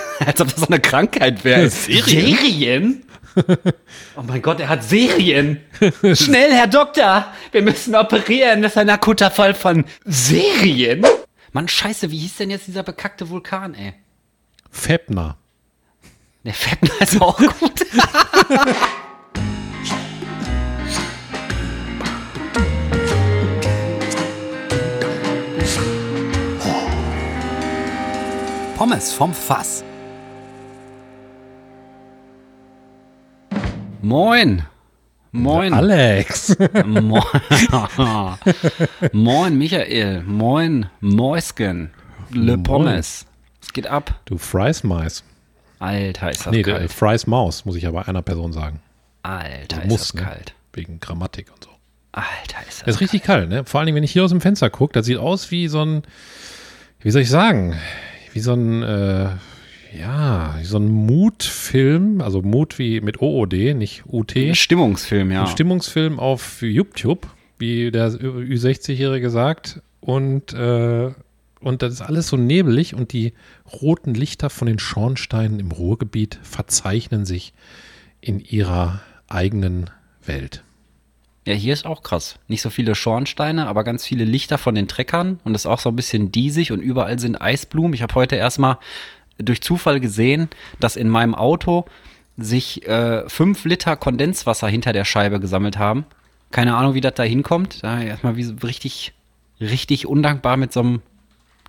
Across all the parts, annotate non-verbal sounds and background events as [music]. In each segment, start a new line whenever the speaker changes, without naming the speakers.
[laughs] als ob das eine Krankheit wäre. Serien? Serien? Oh mein Gott, er hat Serien. Schnell, Herr Doktor, wir müssen operieren. Das ist ein akuter Fall von Serien. Mann, scheiße, wie hieß denn jetzt dieser bekackte Vulkan, ey?
Febner.
Der Febner ist auch gut. Pommes vom Fass. Moin. Moin.
Alex.
Moin. [laughs] Moin, Michael. Moin, Mäusken. Le
Moin.
Pommes. Es geht ab.
Du Fries Mice.
Alter, ist das
Nee, der
kalt.
Fries Maus, muss ich ja bei einer Person sagen.
Alter, ist
muss,
das
ne?
kalt.
Wegen Grammatik und so.
Alter, ist
Das
das
ist richtig kalt, ne? Vor allem, wenn ich hier aus dem Fenster gucke, das sieht aus wie so ein, wie soll ich sagen, wie so ein, äh, ja, wie so ein Mutfilm, also Mut wie mit OOD, nicht UT.
ein Stimmungsfilm, ja.
Ein Stimmungsfilm auf YouTube, wie der Ü60-Jährige sagt. Und, äh, und das ist alles so nebelig und die roten Lichter von den Schornsteinen im Ruhrgebiet verzeichnen sich in ihrer eigenen Welt.
ja, hier ist auch krass. Nicht so viele Schornsteine, aber ganz viele Lichter von den Treckern und ist auch so ein bisschen diesig und überall sind Eisblumen. Ich habe heute erstmal durch Zufall gesehen, dass in meinem Auto sich äh, fünf Liter Kondenswasser hinter der Scheibe gesammelt haben. Keine Ahnung, wie das da hinkommt. Da hab ich erstmal wie so richtig, richtig undankbar mit so einem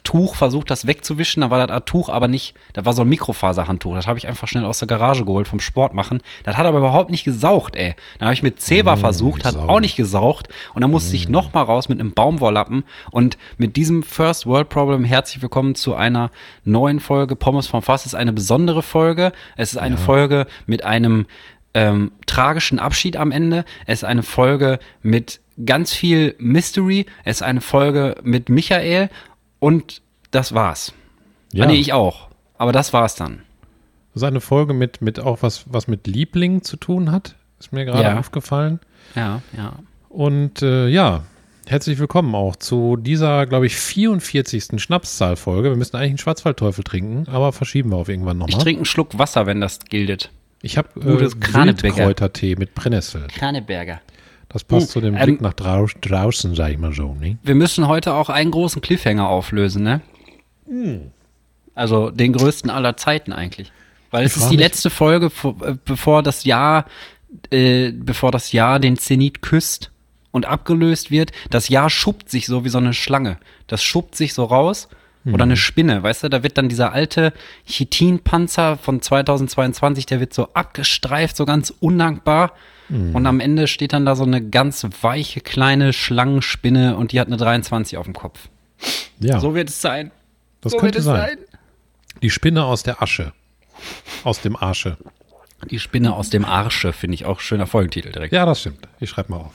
Tuch versucht, das wegzuwischen. Da war das ein Tuch, aber nicht, da war so ein Mikrofaserhandtuch. Das habe ich einfach schnell aus der Garage geholt vom Sport machen. Das hat aber überhaupt nicht gesaugt, ey. Dann habe ich mit Zewa versucht, hat
saugen.
auch nicht gesaugt. Und dann musste ich nochmal raus mit einem Baumwolllappen. Und mit diesem First World Problem herzlich willkommen zu einer neuen Folge Pommes vom Fass. Es ist eine besondere Folge. Es ist eine Folge mit einem ähm, tragischen Abschied am Ende. Es ist eine Folge mit ganz viel Mystery. Es ist eine Folge mit Michael. Und das war's.
Ja,
Ah, nee, ich auch. Aber das war's dann.
das ist eine Folge mit, mit auch was, was mit Lieblingen zu tun hat, ist mir gerade
Ja.
aufgefallen.
Ja, ja.
Und äh, ja, herzlich willkommen auch zu dieser, glaube ich, 44. Schnapszahlfolge. Wir müssen eigentlich einen Schwarzwaldteufel trinken, aber verschieben wir auf irgendwann
Ich
nochmal.
trinke einen Schluck Wasser, wenn das gildet.
Ich habe äh,
Gutes Kranebäcker.
Wildkräutertee mit Brennnessel.
Kraneberger.
Das passt
Oh,
zu dem
ähm,
Blick nach drauß- draußen, sag ich mal so. Ne?
Wir müssen heute auch einen großen Cliffhanger auflösen, ne? Also den größten aller Zeiten eigentlich. Weil es
Ich
ist
frag
die
mich-
letzte Folge, vor- äh, bevor das Jahr, äh, bevor das Jahr den Zenit küsst und abgelöst wird. Das Jahr schuppt sich so wie so eine Schlange. Das schuppt sich so raus.
Hm.
Oder eine Spinne, weißt du, da wird dann dieser alte Chitinpanzer von 2022, der wird so abgestreift, so ganz undankbar.
Hm.
Und am Ende steht dann da so eine ganz weiche kleine Schlangenspinne und die hat eine 23 auf dem Kopf.
Ja,
So wird es sein.
Oh. das
so wird
könnte
es
sein. Die Spinne aus der Asche. Aus dem Arsche.
Die Spinne aus dem Arsche finde ich auch schöner Folgentitel direkt. Ja.
Ja, das stimmt. Ich schreibe mal auf.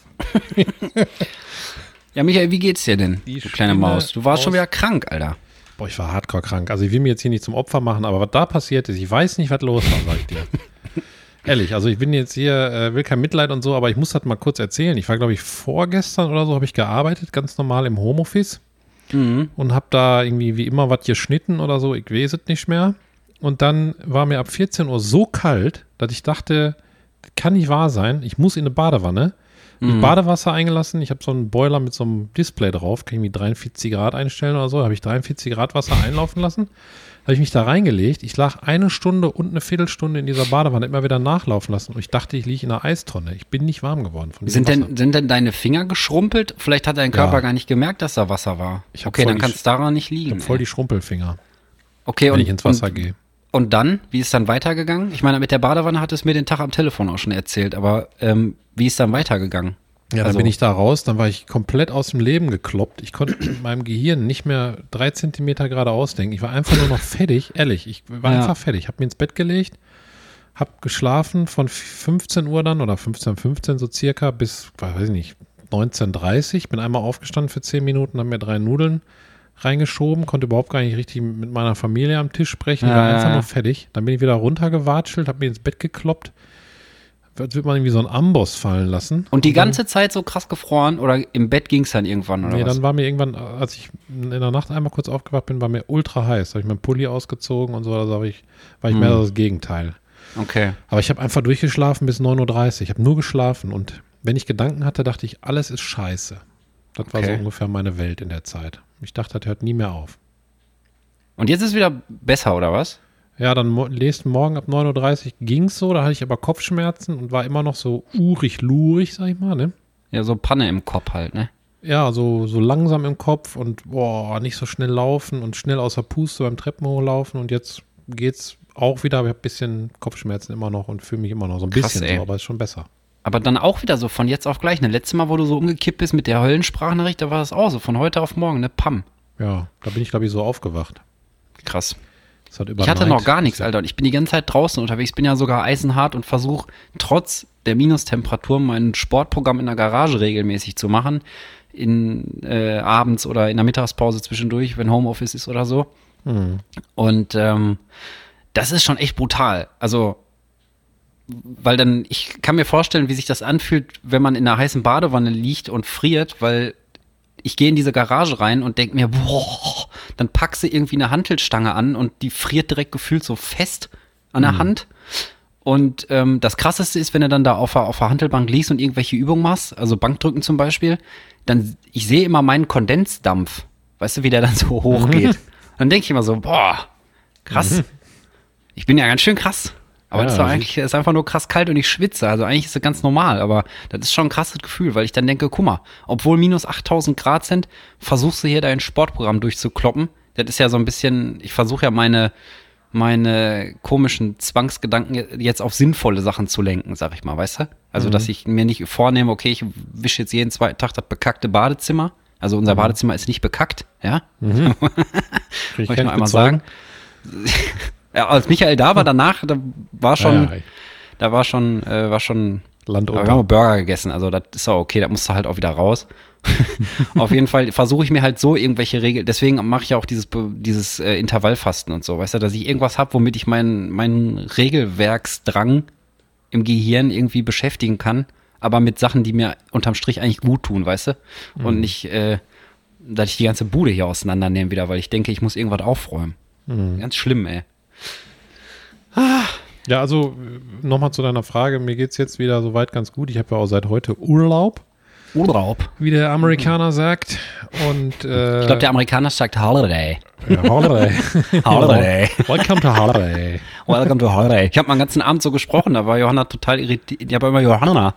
Michael, wie geht's dir denn?
Die
du kleine
Spinne
Maus. Du warst schon
aus-
wieder krank, Alter.
Boah, ich war hardcore krank. Also ich will mir jetzt hier nicht zum Opfer machen, aber was da passiert ist, ich weiß nicht, was los war, sag
[laughs]
ich dir. Ehrlich, also ich bin jetzt hier, äh, will kein Mitleid und so, aber ich muss das mal kurz erzählen. Ich war, glaube ich, vorgestern oder so, habe ich gearbeitet, ganz normal im Homeoffice und habe da irgendwie wie immer was geschnitten oder so, ich weiß es nicht mehr. Und dann war mir ab 14 Uhr so kalt, dass ich dachte, das kann nicht wahr sein, ich muss in eine Badewanne. Hab
Mhm.
Ich Badewasser eingelassen, ich habe so einen Boiler mit so einem Display drauf, kann ich mir 43 Grad einstellen oder so, habe ich 43 Grad Wasser einlaufen lassen, habe ich mich da reingelegt, ich lag eine Stunde und eine Viertelstunde in dieser Badewanne immer wieder nachlaufen lassen und ich dachte, ich liege in einer Eistonne, ich bin nicht warm geworden von diesem
Sind
Wasser.
denn, sind denn deine Finger geschrumpelt? Vielleicht hat dein Körper
Ja.
gar nicht gemerkt, dass da Wasser war.
Ich hab
okay,
voll
dann
die
kann es daran nicht
ich
liegen.
habe voll
ey.
die Schrumpelfinger,
okay,
wenn
und,
ich ins Wasser
und,
gehe.
und dann, wie ist dann weitergegangen? Ich meine, mit der Badewanne hat es mir den Tag am Telefon auch schon erzählt, aber ähm, wie ist dann weitergegangen? Also,
Ja, dann bin ich da raus, dann war ich komplett aus dem Leben gekloppt. Ich konnte mit meinem Gehirn nicht mehr drei Zentimeter geradeaus denken. Ich war einfach nur noch fertig, ehrlich. Ich war
Ja.
einfach fertig. Hab mir ins Bett gelegt, hab geschlafen von 15 Uhr dann oder 15, 15 so circa bis, weiß ich nicht, 19.30 Bin einmal aufgestanden für 10 Minuten, hab mir drei Nudeln reingeschoben, konnte überhaupt gar nicht richtig mit meiner Familie am Tisch sprechen,
Ja,
war
ja,
einfach
ja.
nur fertig. Dann bin ich wieder runtergewatschelt, hab mir ins Bett gekloppt Wird wird man irgendwie so einen Amboss fallen lassen?
Und die ganze Zeit so krass gefroren oder im Bett ging es dann irgendwann oder
Nee,
was?
dann war mir irgendwann, äh, als ich in der Nacht einmal kurz aufgewacht bin, war mir ultra heiß. Da habe ich meinen Pulli ausgezogen und so, da war ich, war ich mehr
Hm.
so das Gegenteil.
okay.
Aber ich habe einfach durchgeschlafen bis 9.30 Uhr. Ich habe nur geschlafen und wenn ich Gedanken hatte, dachte ich, alles ist scheiße. Das war so
Okay.
ungefähr meine Welt in der Zeit. Ich dachte, das hört nie mehr auf.
Und jetzt ist wieder besser oder was?
Ja, dann mo nächsten Morgen ab 9.30 Uhr ging es so, da hatte ich aber Kopfschmerzen und war immer noch so urig-lurig, sag ich mal, ne?
Ja, so Panne im Kopf halt, ne?
Ja, so, so langsam im Kopf und boah, nicht so schnell laufen und schnell außer Puste beim Treppen hochlaufen und jetzt geht's auch wieder, aber ich habe ein bisschen Kopfschmerzen immer noch und fühle mich immer noch so ein
Krass,
bisschen
ey.
so, aber ist schon besser.
Aber dann auch wieder so von jetzt auf gleich. Ne, letztes Mal, wo du so umgekippt bist mit der Höllensprachnachricht, da war das auch so von heute auf morgen, ne? Pam.
Ja, da bin ich, glaube ich, so aufgewacht.
Krass.
Das hat
Ich hatte
überneigt.
noch gar nichts, also Alter. Und ich bin die ganze Zeit draußen unterwegs, bin ja sogar eisenhart und versuche trotz der Minustemperatur mein Sportprogramm in der Garage regelmäßig zu machen. In, äh, abends oder in der Mittagspause zwischendurch, wenn Homeoffice ist oder so.
Hm.
Und ähm, das ist schon echt brutal. Also, weil dann, ich kann mir vorstellen, wie sich das anfühlt, wenn man in einer heißen Badewanne liegt und friert, weil ich gehe in diese Garage rein und denke mir, boah, dann packst du irgendwie eine Hantelstange an und die friert direkt gefühlt so fest an der Hand. Und ähm, das Krasseste ist, wenn du dann da auf der, auf der Hantelbank liegst und irgendwelche Übungen machst, also Bankdrücken zum Beispiel, dann ich sehe immer meinen Kondensdampf, weißt du, wie der dann so hoch geht. dann denke ich immer so, boah, krass. Ich bin ja ganz schön krass. Aber
Mhm. Ja,
das war
sie-
eigentlich ist einfach nur krass kalt und ich schwitze. Also eigentlich ist das ganz normal, aber das ist schon ein krasses Gefühl, weil ich dann denke, guck mal, obwohl minus 8000 Grad sind, versuchst du hier dein Sportprogramm durchzukloppen. Das ist ja so ein bisschen, ich versuche ja meine, meine komischen Zwangsgedanken jetzt auf sinnvolle Sachen zu lenken, sag ich mal, weißt du?
Mhm.
Also, dass ich mir nicht vornehme, okay, ich wische jetzt jeden zweiten Tag das bekackte Badezimmer. Also
Mhm.
unser Badezimmer ist nicht bekackt, ja?
Krieg ich
Wollte ich
keinen
mal einmal
bezeugen.
sagen. ja, als Michael da war danach, da war schon,
Ja, ja,
da war schon, äh, war schon,
Land
aber
unter.
wir haben Burger gegessen, also das ist auch okay, da musst du halt auch wieder
[laughs]
raus. Auf jeden Fall versuche ich mir halt so irgendwelche Regeln, deswegen mache ich ja auch dieses, Be- dieses äh, Intervallfasten und so, weißt du, dass ich irgendwas habe, womit ich meinen, meinen Regelwerksdrang im Gehirn irgendwie beschäftigen kann, aber mit Sachen, die mir unterm Strich eigentlich gut tun, weißt du?
Mhm.
Und nicht, äh, dass ich die ganze Bude hier auseinandernehme wieder, weil ich denke, ich muss irgendwas aufräumen.
Mhm.
Ganz schlimm, ey.
Ja, also nochmal zu deiner Frage. Mir geht's jetzt wieder soweit ganz gut. Ich habe ja auch seit heute Urlaub,
Urlaub.
wie der Amerikaner sagt. Und äh,
Mhm. Ich glaube, der Amerikaner sagt Holiday. [laughs]
ja, Holiday.
Holiday.
[laughs] Welcome to Holiday.
Welcome to Holiday. Ich habe mal den ganzen Abend so gesprochen, da war Johanna total irritiert. Ich habe immer Johanna.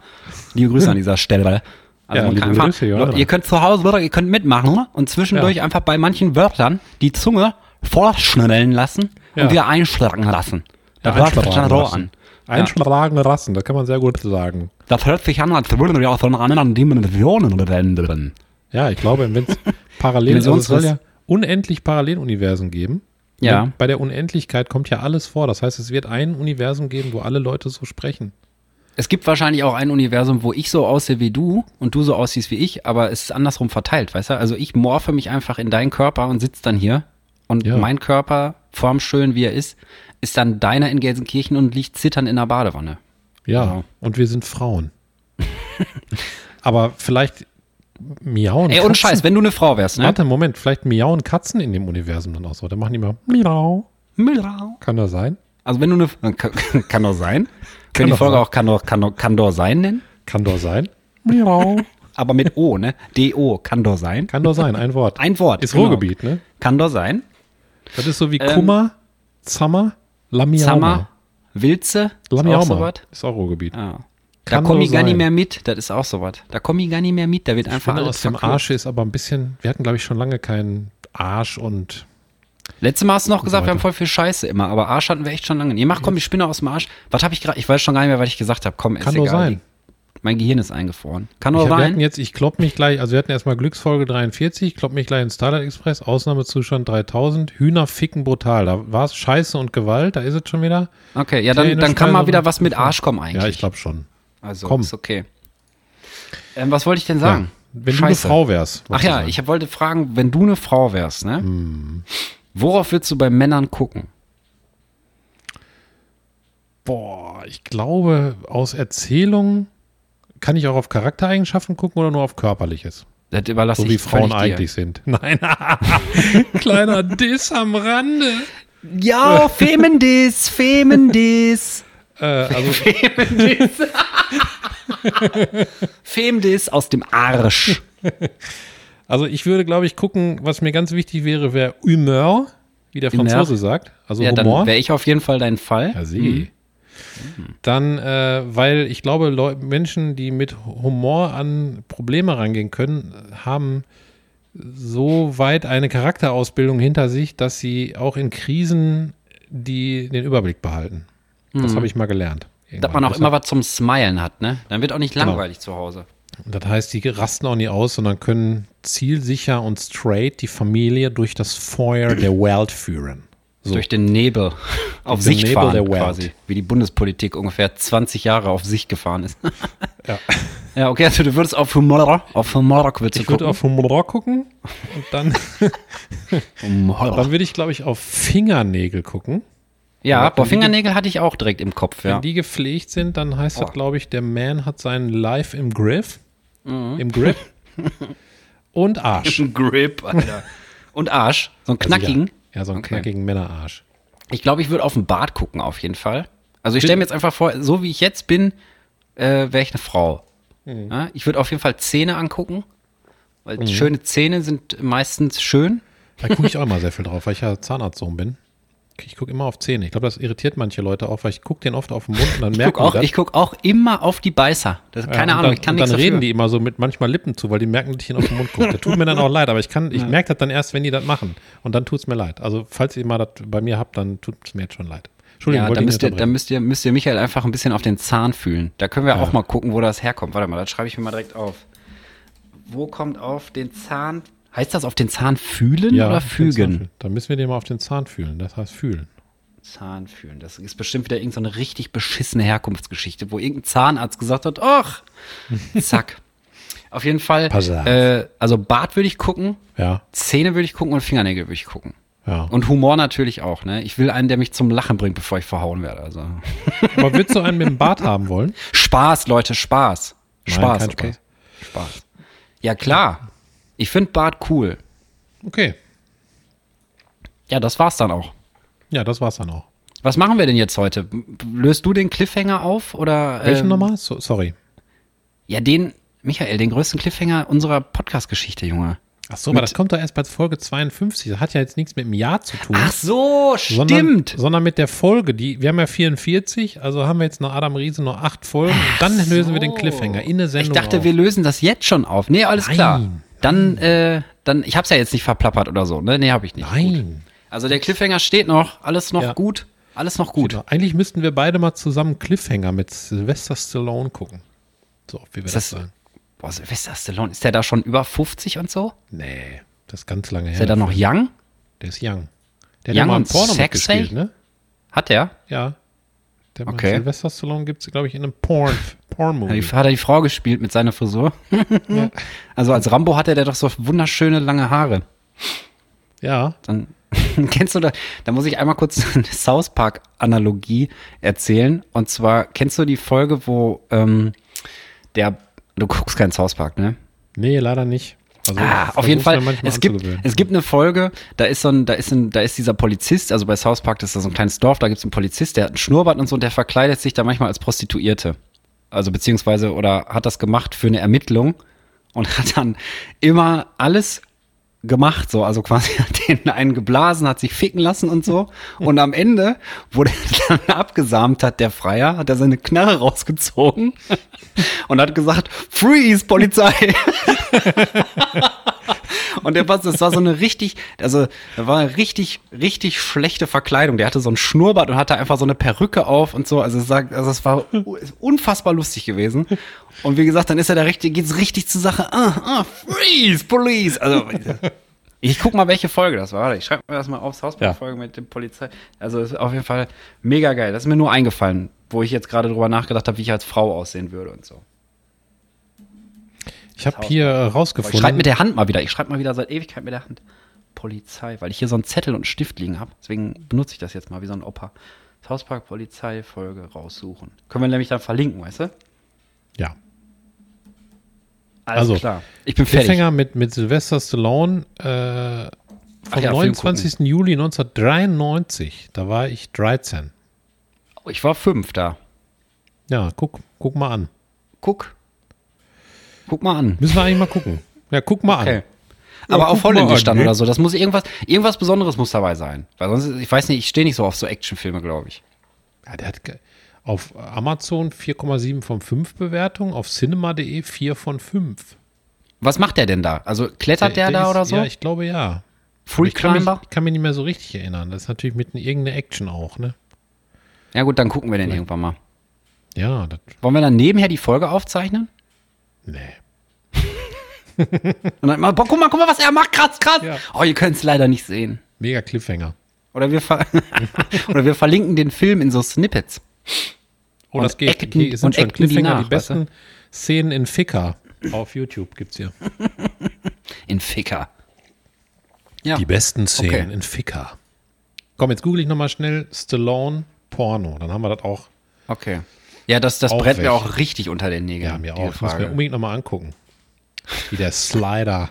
Liebe Grüße an dieser Stelle. Also
Ja,
man
liebe
kann einfach,
Grüße, Johanna.
ihr könnt zu Hause, ihr könnt mitmachen oder? und zwischendurch
Ja.
einfach bei manchen Wörtern die Zunge vorschnellen lassen und
Ja.
wieder einschlagen lassen. Das
Ja,
hört sich dann so an.
Rassen. Einschlagende Rassen, das kann man sehr gut sagen.
Das hört sich an, als würden wir aus einer anderen Dimension wenden.
Ja, ich
[laughs]
glaube, wenn es parallel, also es soll
Dimensionsriss.
ja unendlich Paralleluniversen geben.
Ja.
Und bei der Unendlichkeit kommt ja alles vor. Das heißt, es wird ein Universum geben, wo alle Leute so sprechen.
Es gibt wahrscheinlich auch ein Universum, wo ich so aussehe wie du und du so aussiehst wie ich, aber es ist andersrum verteilt, weißt du? Also ich morphe mich einfach in deinen Körper und sitz dann hier. Und
Ja.
mein Körper, formschön wie er ist, ist dann deiner in Gelsenkirchen und liegt zitternd in der Badewanne.
Ja,
Genau.
und wir sind
[laughs]
Frauen. Aber vielleicht miauen.
Ey, und
Katzen-
Scheiß, wenn du eine Frau wärst, ne?
Warte, Moment, vielleicht miauen Katzen in dem Universum dann auch so. Dann machen die mal miau.
Miau.
Kann das sein?
Also wenn du eine kann, kann doch
[laughs]
sein.
Kann
Können die
doch
Folge
sein.
auch kann doch, kann doch, kann doch sein nennen.
Kann
[laughs]
doch sein. Miau.
Aber mit O, ne? D-O, kann doch sein.
Kann doch sein, ein Wort.
Ein Wort.
Ist
genau.
Ruhrgebiet, ne?
Kann doch sein.
Das ist so wie
Ähm,
Kummer, Zammer, Lamiauma.
Zammer, Wilze, ist auch so
Lamiauma.
was.
Ist auch Ruhrgebiet.
Ah. Da
Kann
komme
nur
ich gar nicht
sein.
mehr mit, das ist auch sowas. Da komme ich gar nicht mehr mit, da wird einfach
Finde
alles
aus dem
verkürzt.
Arsch ist aber ein bisschen, wir hatten glaube ich schon lange keinen Arsch und
Letztes Mal hast du noch gesagt, wir
weiter.
haben voll viel Scheiße immer, aber Arsch hatten wir echt schon lange. Nee, mach komm, die Spinne aus dem Arsch. Was habe ich gerade? Ich weiß schon gar nicht mehr, was ich gesagt habe. Komm, ist
kann
egal.
nur sein.
Mein Gehirn ist eingefroren. Kann
Ich,
nur
wir hatten
sein.
jetzt, ich klopp mich gleich, also wir hatten erstmal Glücksfolge 43, klopp mich gleich in Starlight Express, Ausnahmezustand 3000, Hühner ficken brutal. Da war es Scheiße und Gewalt, da ist es schon wieder.
Okay, ja, dann,
Kleine
dann kann mal
Scheiße.
wieder was mit Arsch kommen eigentlich.
Ja, ich glaube schon.
also,
komm.
ist okay. Ähm, was wollte ich denn sagen?
Ja, wenn du eine Frau wärst.
Ach
wolltest du
ja,
sagen.
ich wollte fragen, wenn du eine Frau wärst, ne?
Hm.
Worauf würdest du bei Männern gucken?
Boah, ich glaube, aus Erzählungen kann ich auch auf Charaktereigenschaften gucken oder nur auf Körperliches?
Das überlasse
So
ich
wie Frauen
völlig
eigentlich sind. [laughs]
[laughs]
Nein, kleiner Diss am Rande.
Dir. Ja, Femendis, Femendis.
Äh, also
Femendis. Femdis aus dem
Hm.
Arsch.
Also ich würde, glaube ich, gucken, was mir ganz wichtig wäre, wäre Humeur, wie der
Humeur.
Franzose sagt. Also
Ja, dann
Humor.
wäre ich auf jeden Fall dein Fall. Hm.
Ja, sie. Dann, äh, weil ich glaube, Leu Menschen, die mit Humor an Probleme rangehen können, haben so weit eine Charakterausbildung hinter sich, dass sie auch in Krisen die den Überblick behalten. Das habe ich mal gelernt.
Hm. Dass man auch
Irgendwann.
immer was zum Smilen hat, ne? Dann wird auch
Genau.
nicht langweilig zu Hause.
Das heißt, die rasten auch nie aus, sondern können zielsicher und straight die Familie durch das Feuer der Welt führen. So.
Durch den Nebel [laughs] auf
den
sich
Nebel
fahren
der Welt.
quasi. Wie die Bundespolitik ungefähr 20 Jahre auf sich gefahren ist.
[laughs] Ja.
[laughs] ja, okay, also du würdest auf Humor, auf Humor würdest du
Ich würde
gucken.
auf Humor gucken und
[laughs]
dann,
Humor.
dann würde ich, glaube ich, auf Fingernägel gucken.
Ja, boah, Fingernägel hatte ich auch direkt im Kopf, ja.
Wenn
[laughs]
die gepflegt sind, dann heißt
Oh.
das, glaube ich, der Man hat seinen Life im Griff.
Mhm. [laughs]
Im Grip. und Arsch.
Ein Grip, Alter. Und Arsch, so einen knackigen.
Ja, so einen
Okay.
knackigen Männerarsch.
Ich glaube, ich würde auf den Bart gucken, auf jeden Fall. Also ich stelle mir jetzt einfach vor, so wie ich jetzt bin, äh, wäre ich eine Frau.
Mhm.
Ja, ich würde auf jeden Fall Zähne angucken, weil schöne Zähne sind meistens schön.
Da gucke ich auch immer sehr viel drauf, weil ich ja Zahnarztsohn bin. Ich gucke immer auf Zähne. Ich glaube, das irritiert manche Leute auch, weil ich gucke den oft auf den Mund und dann
Ich gucke
merken
auch,
die das.
ich guck auch immer auf die Beißer. Das,
Ja,
keine
Äh, und
Ahnung,
dann,
ich kann
und
nichts
dann
dafür.
reden die immer so mit manchmal Lippen zu, weil die merken, dass ich ihn auf den Mund gucke. Das tut mir dann auch leid, aber ich kann, ich merke das dann erst, wenn die das machen. Und dann tut es mir leid. Also falls ihr mal das bei mir habt, dann tut es mir jetzt schon leid. Entschuldigung,
ja,
wollte
da
ich
müsst, ihr,
nicht
da
unterbrechen.
müsst ihr, müsst ihr Michael einfach ein bisschen auf den Zahn fühlen. Da können wir auch mal gucken, wo das herkommt. Warte mal, das schreibe ich mir mal direkt auf. Wo kommt auf den Zahn? Heißt das auf den Zahn fühlen
ja,
oder
auf den Zahn
fügen?
fühlen. Dann müssen wir den mal auf den Zahn fühlen. Das heißt fühlen.
Zahn fühlen. Das ist bestimmt wieder irgendeine richtig beschissene Herkunftsgeschichte, wo irgendein Zahnarzt gesagt hat, ach,
[laughs]
zack. Auf jeden Fall,
Pass auf.
äh, also Bart würde ich gucken,
Ja,
Zähne würde ich gucken und Fingernägel würde ich gucken.
ja.
Und Humor natürlich auch, ne? Ich will einen, der mich zum Lachen bringt, bevor ich verhauen werde. Also
aber würdest du einen mit dem Bart haben wollen?
Spaß, Leute, Spaß.
Nein,
Spaß,
kein
okay. Spaß. Ja, klar. Ich finde Bart cool.
Okay.
Ja, das war's dann auch.
Ja, das war's dann auch.
Was machen wir denn jetzt heute? Löst du den Cliffhanger auf oder
Welchen
ähm,
nochmal? So, sorry.
Ja, den, Michael, den größten Cliffhanger unserer Podcast-Geschichte, Junge. Ne?
Ach so, aber das kommt doch erst bei Folge 52. Das hat ja jetzt nichts mit dem Jahr zu tun.
Ach so,
sondern,
stimmt.
sondern mit der Folge. Die, wir haben ja 44, also haben wir jetzt nach Adam Riese noch acht Folgen. Und dann lösen wir den Cliffhanger in der
Ich
Sendung.
dachte,
auf.
wir lösen das jetzt schon auf. Nee, alles
Nein.
klar. Dann, äh, dann, ich hab's ja jetzt nicht verplappert oder so, ne? Nee, hab ich nicht. Gut.
Nein.
Also der Cliffhanger steht noch, alles noch
Ja.
gut, alles noch gut.
Genau. Eigentlich müssten wir beide mal zusammen Cliffhanger mit Sylvester Stallone gucken. So, wie wir das,
das-
sagen.
Boah, Sylvester Stallone, ist der da schon über 50 und so?
Nee, das ist ganz lange her.
Ist der da noch young?
Der ist Young. Der
Young
hat mal im
und
Porno
sexy?
mitgespielt, ne?
Hat der?
Ja. Der Mann
Okay.
Sylvester Stallone gibt es, glaube ich, in einem Porn,
Hat,
Porn-Movie.
die, hat er die Frau gespielt mit seiner Frisur? [laughs] Also als Rambo hatte der doch so wunderschöne lange Haare.
Ja.
Dann [laughs] kennst du da, da muss ich einmal kurz [laughs] eine South Park Analogie erzählen. Und zwar kennst du die Folge, wo ähm, der, du guckst keinen South Park, ne?
Nee, leider nicht. Also, ich
Ah, auf
versuch's
jeden Fall.
mir manchmal
Es gibt,
anzugewöhnen.
es gibt eine Folge, da ist so ein, da ist ein, da ist dieser Polizist, also bei South Park, das ist da so ein kleines Dorf, da gibt es einen Polizist, der hat einen Schnurrbart und so und der verkleidet sich da manchmal als Prostituierte. Also beziehungsweise oder hat das gemacht für eine Ermittlung und [laughs] hat dann immer alles gemacht, so, also quasi hat den einen geblasen, hat sich ficken lassen und
[laughs]
so. Und am Ende, wo der [laughs] dann abgesamt hat, der Freier, hat er seine Knarre
[laughs]
rausgezogen und hat gesagt, Freeze, Polizei! Und der Bass, das war so eine richtig, also das war eine richtig, richtig schlechte Verkleidung. Der hatte so einen Schnurrbart und hatte einfach so eine Perücke auf und so. Also es sagt, also es war u- ist unfassbar lustig gewesen. Und wie gesagt, dann ist er da richtig, geht's richtig zur Sache. Ah, ah, freeze, police. Also ich guck mal, welche Folge das war. Warte, Ich schreibe mir das mal aufs Hauspark-Folge mit dem Polizei. Also ist auf jeden Fall mega geil. Das ist mir nur eingefallen, wo ich jetzt gerade drüber nachgedacht habe, wie ich als Frau aussehen würde und so.
Ich habe hier äh,
Boah,
rausgefunden.
Ich schreibe mit der Hand mal wieder. Ich schreibe mal wieder seit Ewigkeit mit der Hand. Polizei, weil ich hier so einen Zettel und einen Stift liegen habe. Deswegen benutze ich das jetzt mal wie so ein Opa. Hauspark Polizei Folge raussuchen. Können wir nämlich dann verlinken, weißt du?
Ja.
Alles
Also,
klar. Ich bin fertig.
Cliffhanger mit, mit Sylvester Stallone äh, vom
ja, Film
29. Juli 1993. Da war ich 13.
Oh, Ich war fünf da.
Ja, guck, guck mal an.
Guck. Guck mal an.
Müssen wir eigentlich mal gucken. Ja, guck mal
Okay.
an.
Aber
guck
auf
mal
Holländisch
an,
dann
ne?
oder so. Das muss irgendwas, irgendwas Besonderes muss dabei sein. Weil sonst, ich weiß nicht, ich stehe nicht so auf so Actionfilme, glaube ich.
Ja, der hat ge- auf Amazon 4,7 von 5 Bewertungen, auf cinema.de 4 von 5.
Was macht der denn da? Also klettert der, da
ist,
oder so?
Ja, ich glaube ja.
Free
ich kann, mich,
Climber?
ich kann mich nicht mehr so richtig erinnern. Das ist natürlich mit irgendeiner Action auch, ne?
Ja gut, dann gucken wir den irgendwann mal.
Ja, das.
Wollen wir dann nebenher die Folge aufzeichnen?
Nee.
Und dann mal, boah, guck mal, guck mal, was er macht, krass, krass.
Ja.
Oh, ihr könnt es leider nicht sehen.
Mega Cliffhanger.
Oder wir, ver [laughs] oder wir verlinken den Film in so Snippets.
Oh,
Und
das geht.
Acten-
Hier sind
und
schon
Acten die
Cliffhanger, die,
nach, weißt du?
besten Szenen in Ficker auf YouTube gibt's hier.
In Ficker. Ja.
Die besten Szenen
Okay.
in Ficker. Komm, jetzt google ich nochmal schnell Stallone Porno. Dann haben wir das auch.
Okay. Ja, das, das
Auch
brennt mir
weg.
auch richtig unter den Nägeln.
Ja, mir
diese
auch. Ich muss mir
Frage.
unbedingt nochmal angucken. Wie der Slider.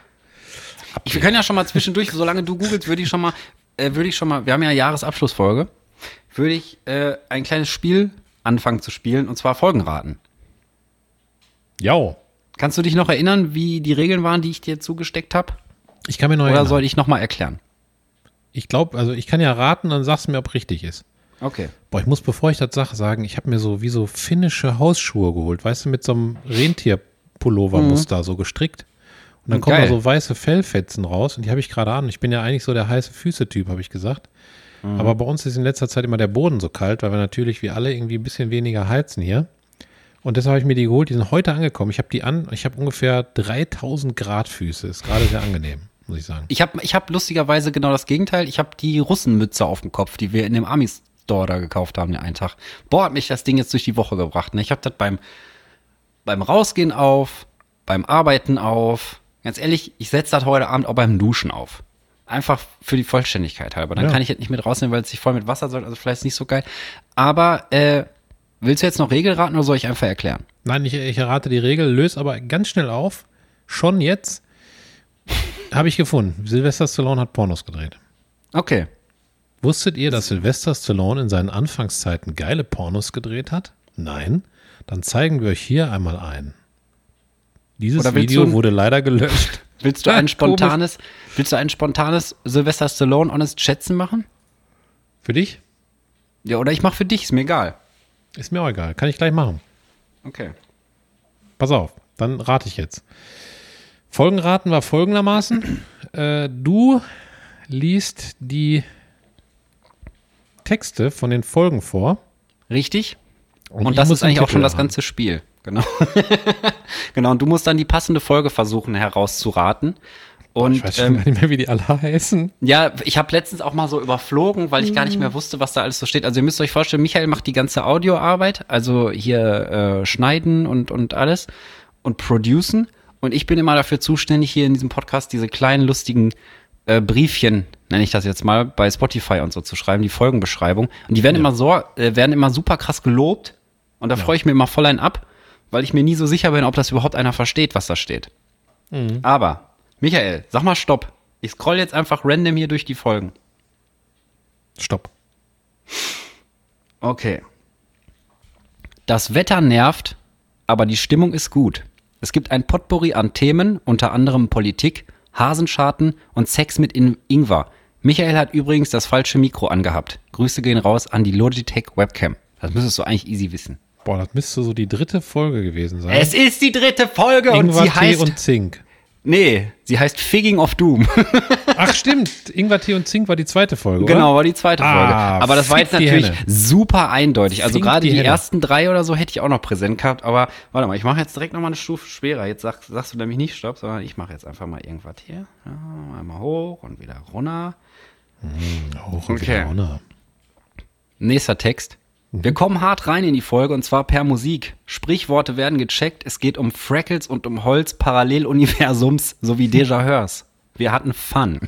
Wir können ja schon mal zwischendurch, solange du googelst, würde ich schon mal, äh, würde ich schon mal, wir haben ja Jahresabschlussfolge, würde ich äh, ein kleines Spiel anfangen zu spielen und zwar Folgen raten.
Jo.
Kannst du dich noch erinnern, wie die Regeln waren, die ich dir zugesteckt habe?
Ich kann mir noch
Oder
erinnern.
soll ich nochmal erklären?
ich glaube, also ich kann ja raten, dann sagst du mir, ob richtig ist.
Okay.
Boah, ich muss, bevor ich das sage, sagen, ich habe mir so wie so finnische Hausschuhe geholt, weißt du, mit so einem Rentierpullovermuster so gestrickt. Und dann kommen
Geil.
da so weiße Fellfetzen raus und die habe ich gerade an. Ich bin ja eigentlich so der heiße Füße-Typ, habe ich gesagt. Aber bei uns ist in letzter Zeit immer der Boden so kalt, weil wir natürlich wie alle irgendwie ein bisschen weniger heizen hier. Und deshalb habe ich mir die geholt, die sind heute angekommen. Ich habe die an, ich habe ungefähr 3000 Grad Füße. Ist gerade sehr angenehm, muss ich sagen.
Ich habe ich hab lustigerweise genau das Gegenteil. Ich habe die Russenmütze auf dem Kopf, die wir in dem Ami-Store da gekauft haben, den einen Tag. Boah, hat mich das Ding jetzt durch die Woche gebracht. Ne? Ich habe das beim, beim Rausgehen auf, beim Arbeiten auf. Ganz ehrlich, ich setze das heute Abend auch beim Duschen auf. Einfach für die Vollständigkeit halber. Dann
Ja.
kann ich jetzt nicht mit rausnehmen, weil es sich voll mit Wasser soll. Also vielleicht ist nicht so geil. Aber äh, willst du jetzt noch Regel raten oder soll ich einfach erklären?
Nein, ich, ich errate die Regel, löse aber ganz schnell auf. Schon jetzt habe ich gefunden. Sylvester Stallone hat Pornos gedreht.
Okay.
Wusstet ihr, dass Sylvester Stallone in seinen Anfangszeiten geile Pornos gedreht hat? Nein? Dann zeigen wir euch hier einmal einen. Dieses
Oder willst
Video
du-
wurde leider gelöscht.
Willst du ein
Komisch.
spontanes, willst du ein spontanes Sylvester Stallone Honest Schätzen machen?
Für dich?
Ja, oder ich mache für dich, ist mir egal.
Ist mir auch egal. Kann ich gleich machen.
Okay.
Pass auf, dann rate ich jetzt. Folgenraten war folgendermaßen. [clears throat] Äh, du liest die Texte von den Folgen vor.
Richtig? Und,
ich
das
muss
ist
den
eigentlich auch
Titel
schon das
raten.
ganze Spiel. Genau. [laughs] genau, und du musst dann die passende Folge versuchen herauszuraten. Und
Ich weiß schon
ähm,
gar nicht mehr, wie die alle heißen.
ja, ich habe letztens auch mal so überflogen, weil ich gar nicht mehr wusste, was da alles so steht. Also ihr müsst euch vorstellen, Michael macht die ganze Audioarbeit, also hier äh, schneiden und, und alles und producen. Und ich bin immer dafür zuständig, hier in diesem Podcast diese kleinen lustigen äh, Briefchen, nenne ich das jetzt mal, bei Spotify und so zu schreiben, die Folgenbeschreibung. Und die werden immer so, äh, werden immer super krass gelobt. Und da freue ich mir immer voll ein ab, weil ich mir nie so sicher bin, ob das überhaupt einer versteht, was da steht. Mhm. Aber, Michael, sag mal Stopp. Ich scroll jetzt einfach random hier durch die Folgen.
Stopp.
Okay. Das Wetter nervt, aber die Stimmung ist gut. Es gibt ein Potpourri an Themen, unter anderem Politik, Hasenscharten und Sex mit In Ingwer. Michael hat übrigens das falsche Mikro angehabt. Grüße gehen raus an die Logitech Webcam. Das müsstest du eigentlich easy wissen.
Boah, das müsste so die dritte Folge gewesen sein.
Es ist die dritte Folge und sie
Ingwer, Tee
heißt.
und Zink.
nee, sie heißt Figging of Doom. [laughs]
Ach stimmt, Ingwer, Tee und Zink war die zweite Folge,
Genau,
oder?
war die zweite
Ah,
Folge. Aber das war
fick
jetzt
die
natürlich
Henne.
super eindeutig. Also
Fick
gerade
die
die,
Henne.
ersten drei oder so hätte ich auch noch präsent gehabt. Aber warte mal, ich mache jetzt direkt nochmal eine Stufe schwerer. Jetzt sag, sagst du nämlich nicht Stopp, sondern ich mache jetzt einfach mal irgendwas hier. Ja, einmal hoch und wieder runter.
Hoch und
Okay.
Laune.
Nächster Text.
Mhm.
Wir kommen hart rein in die Folge und zwar per Musik. Sprichworte werden gecheckt. Es geht um Freckles und um Holz Paralleluniversums sowie Déjà Hörs. Wir hatten Fun.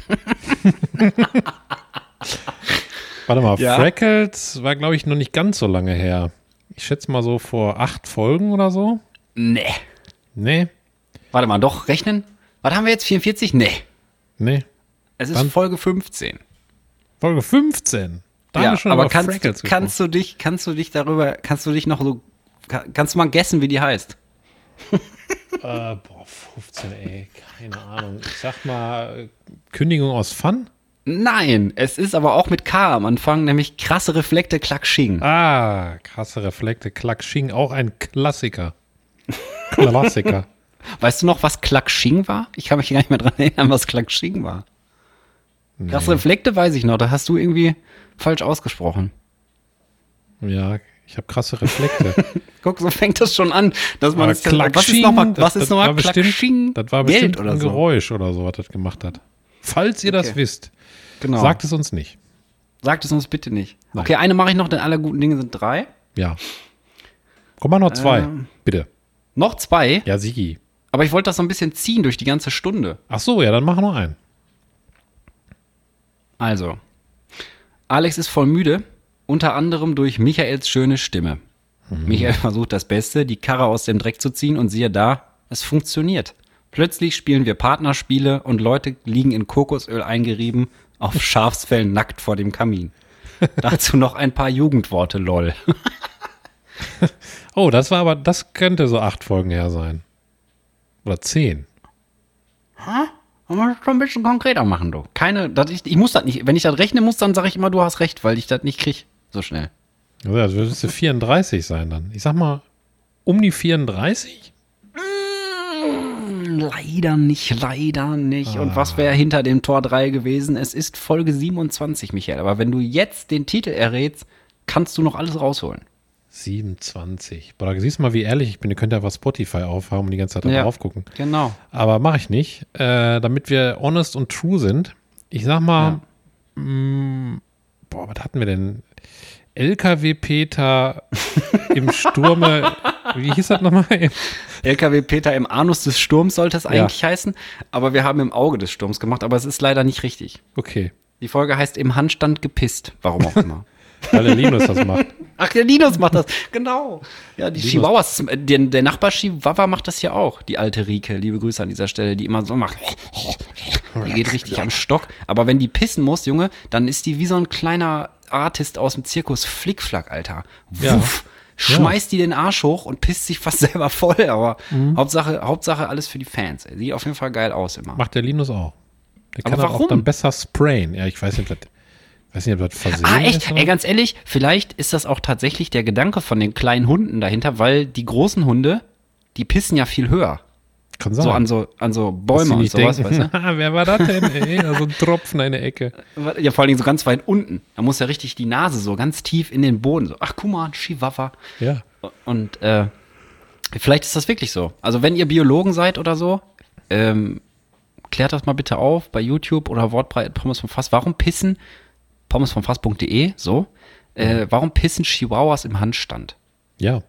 Warte mal,
Ja.
Freckles war, glaube ich, noch nicht ganz so lange her. Ich schätze mal so vor acht Folgen oder so.
[laughs] Nee.
Nee,
Warte mal, doch, rechnen? Was haben wir jetzt? 44? Nee.
nee.
Es ist
Wann?
Folge 15.
Folge 15. Da haben wir schon
aber
über
kannst,
Freckles gesprochen.
kannst du dich, kannst du dich darüber, kannst du dich noch so, ka- kannst du mal gessen, wie die heißt?
Äh, boah, 15, ey. Keine Ahnung. Ich sag mal, äh, Kündigung aus Fun?
Nein, es ist aber auch mit K am Anfang, nämlich krasse Reflekte Klacksching.
Ah, krasse Reflekte. Klacksching, auch ein Klassiker.
[laughs]
Klassiker.
Weißt du noch, was Klacksching war? Ich kann mich gar nicht mehr dran [laughs] erinnern, was Klacksching war. Krasse Reflekte weiß ich noch, da hast du irgendwie falsch ausgesprochen.
ja, ich habe krasse
[laughs]
Reflekte.
Guck, so fängt das schon an, dass man
Aber
es was ist nochmal, was ist nochmal
war bestimmt,
Klacksching?
das war
Geld
bestimmt
oder
ein
so.
Geräusch oder so, was das gemacht hat. Falls ihr das
Okay.
wisst,
Genau.
sagt es uns nicht.
Sagt es uns bitte nicht. Okay, eine mache ich noch, denn alle guten Dinge sind drei.
Ja. Komm mal noch zwei,
Ähm.
bitte.
Noch zwei,
Ja, Sigi.
aber ich wollte das so ein bisschen ziehen durch die ganze Stunde.
Ach so, ja, dann mach noch einen.
Also, Alex ist voll müde, unter anderem durch Michaels schöne Stimme. Michael versucht das Beste, die Karre aus dem Dreck zu ziehen und siehe da, es funktioniert. Plötzlich spielen wir Partnerspiele und Leute liegen in Kokosöl eingerieben auf Schafsfällen nackt vor dem Kamin. Dazu noch ein paar Jugendworte, lol.
Oh, das war aber, das könnte so acht Folgen her sein. Oder zehn.
Man muss schon ein bisschen konkreter machen, du. Keine, das, ich, ich muss das nicht, wenn ich das rechnen muss, dann sage ich immer, du hast recht, weil ich das nicht krieg so schnell.
Ja, das müsste 34 sein dann. Ich sag mal, um die 34?
Leider nicht, leider nicht. Und was wäre hinter dem Tor 3 gewesen? Es ist Folge 27, Michael. Aber wenn du jetzt den Titel errätst, kannst du noch alles rausholen.
27. Boah, da siehst du mal, wie ehrlich ich bin. Ihr könnt einfach Spotify aufhaben und die ganze Zeit da
Ja.
drauf gucken.
Genau.
Aber mache ich nicht. Äh, damit wir honest und true sind. Ich sag mal, mm, boah, was hatten wir denn? LKW-Peter im Sturme. wie hieß das nochmal? Im-
LKW Peter im Anus des Sturms sollte es eigentlich heißen. Aber wir haben im Auge des Sturms gemacht. Aber es ist leider nicht richtig.
Okay,
Die Folge heißt Im Handstand gepisst. Warum auch immer.
weil der Linus das macht.
Ach, der Linus macht das. Genau. Ja, die Chihuahuas, äh, der, der Nachbar Chihuahua macht das ja auch. Die alte Rike, liebe Grüße an dieser Stelle, die immer so macht. Die geht richtig am Stock. Aber wenn die pissen muss, Junge, dann ist die wie so ein kleiner Artist aus dem Zirkus Flickflack, Alter.
Ja.
Wuff. Schmeißt die den Arsch hoch und pisst sich fast [laughs] selber voll, aber Hauptsache, Hauptsache alles für die Fans. ey. Sieht auf jeden Fall geil aus immer.
Macht der Linus auch. Der
Aber
kann das auch
warum?
dann besser sprayen. Ja, ich weiß nicht, was, weiß nicht, ob das versehen
Ah,
ist.
echt?
oder?
Ey, ganz ehrlich, vielleicht ist das auch tatsächlich der Gedanke von den kleinen Hunden dahinter, weil die großen Hunde, die pissen ja viel höher.
Kann sein.
So an so, an so
Dass
Bäume
sie
und
nicht
sowas,
denken,
weißt
[laughs] "Ah, wer war das denn? Ey, da so ein Tropfen in der Ecke.
du? Ja, vor allen Dingen so ganz weit unten. Da muss ja richtig die Nase so ganz tief in den Boden. So, ach, guck mal, ein Chihuahua.
Ja.
Und äh, vielleicht ist das wirklich so. Also, wenn ihr Biologen seid oder so, ähm, klärt das mal bitte auf bei YouTube oder Wortbreit Pommes vom Fass. Warum pissen, pommes vom Fass.de, E, so, äh, warum pissen Chihuahuas im Handstand?
Ja.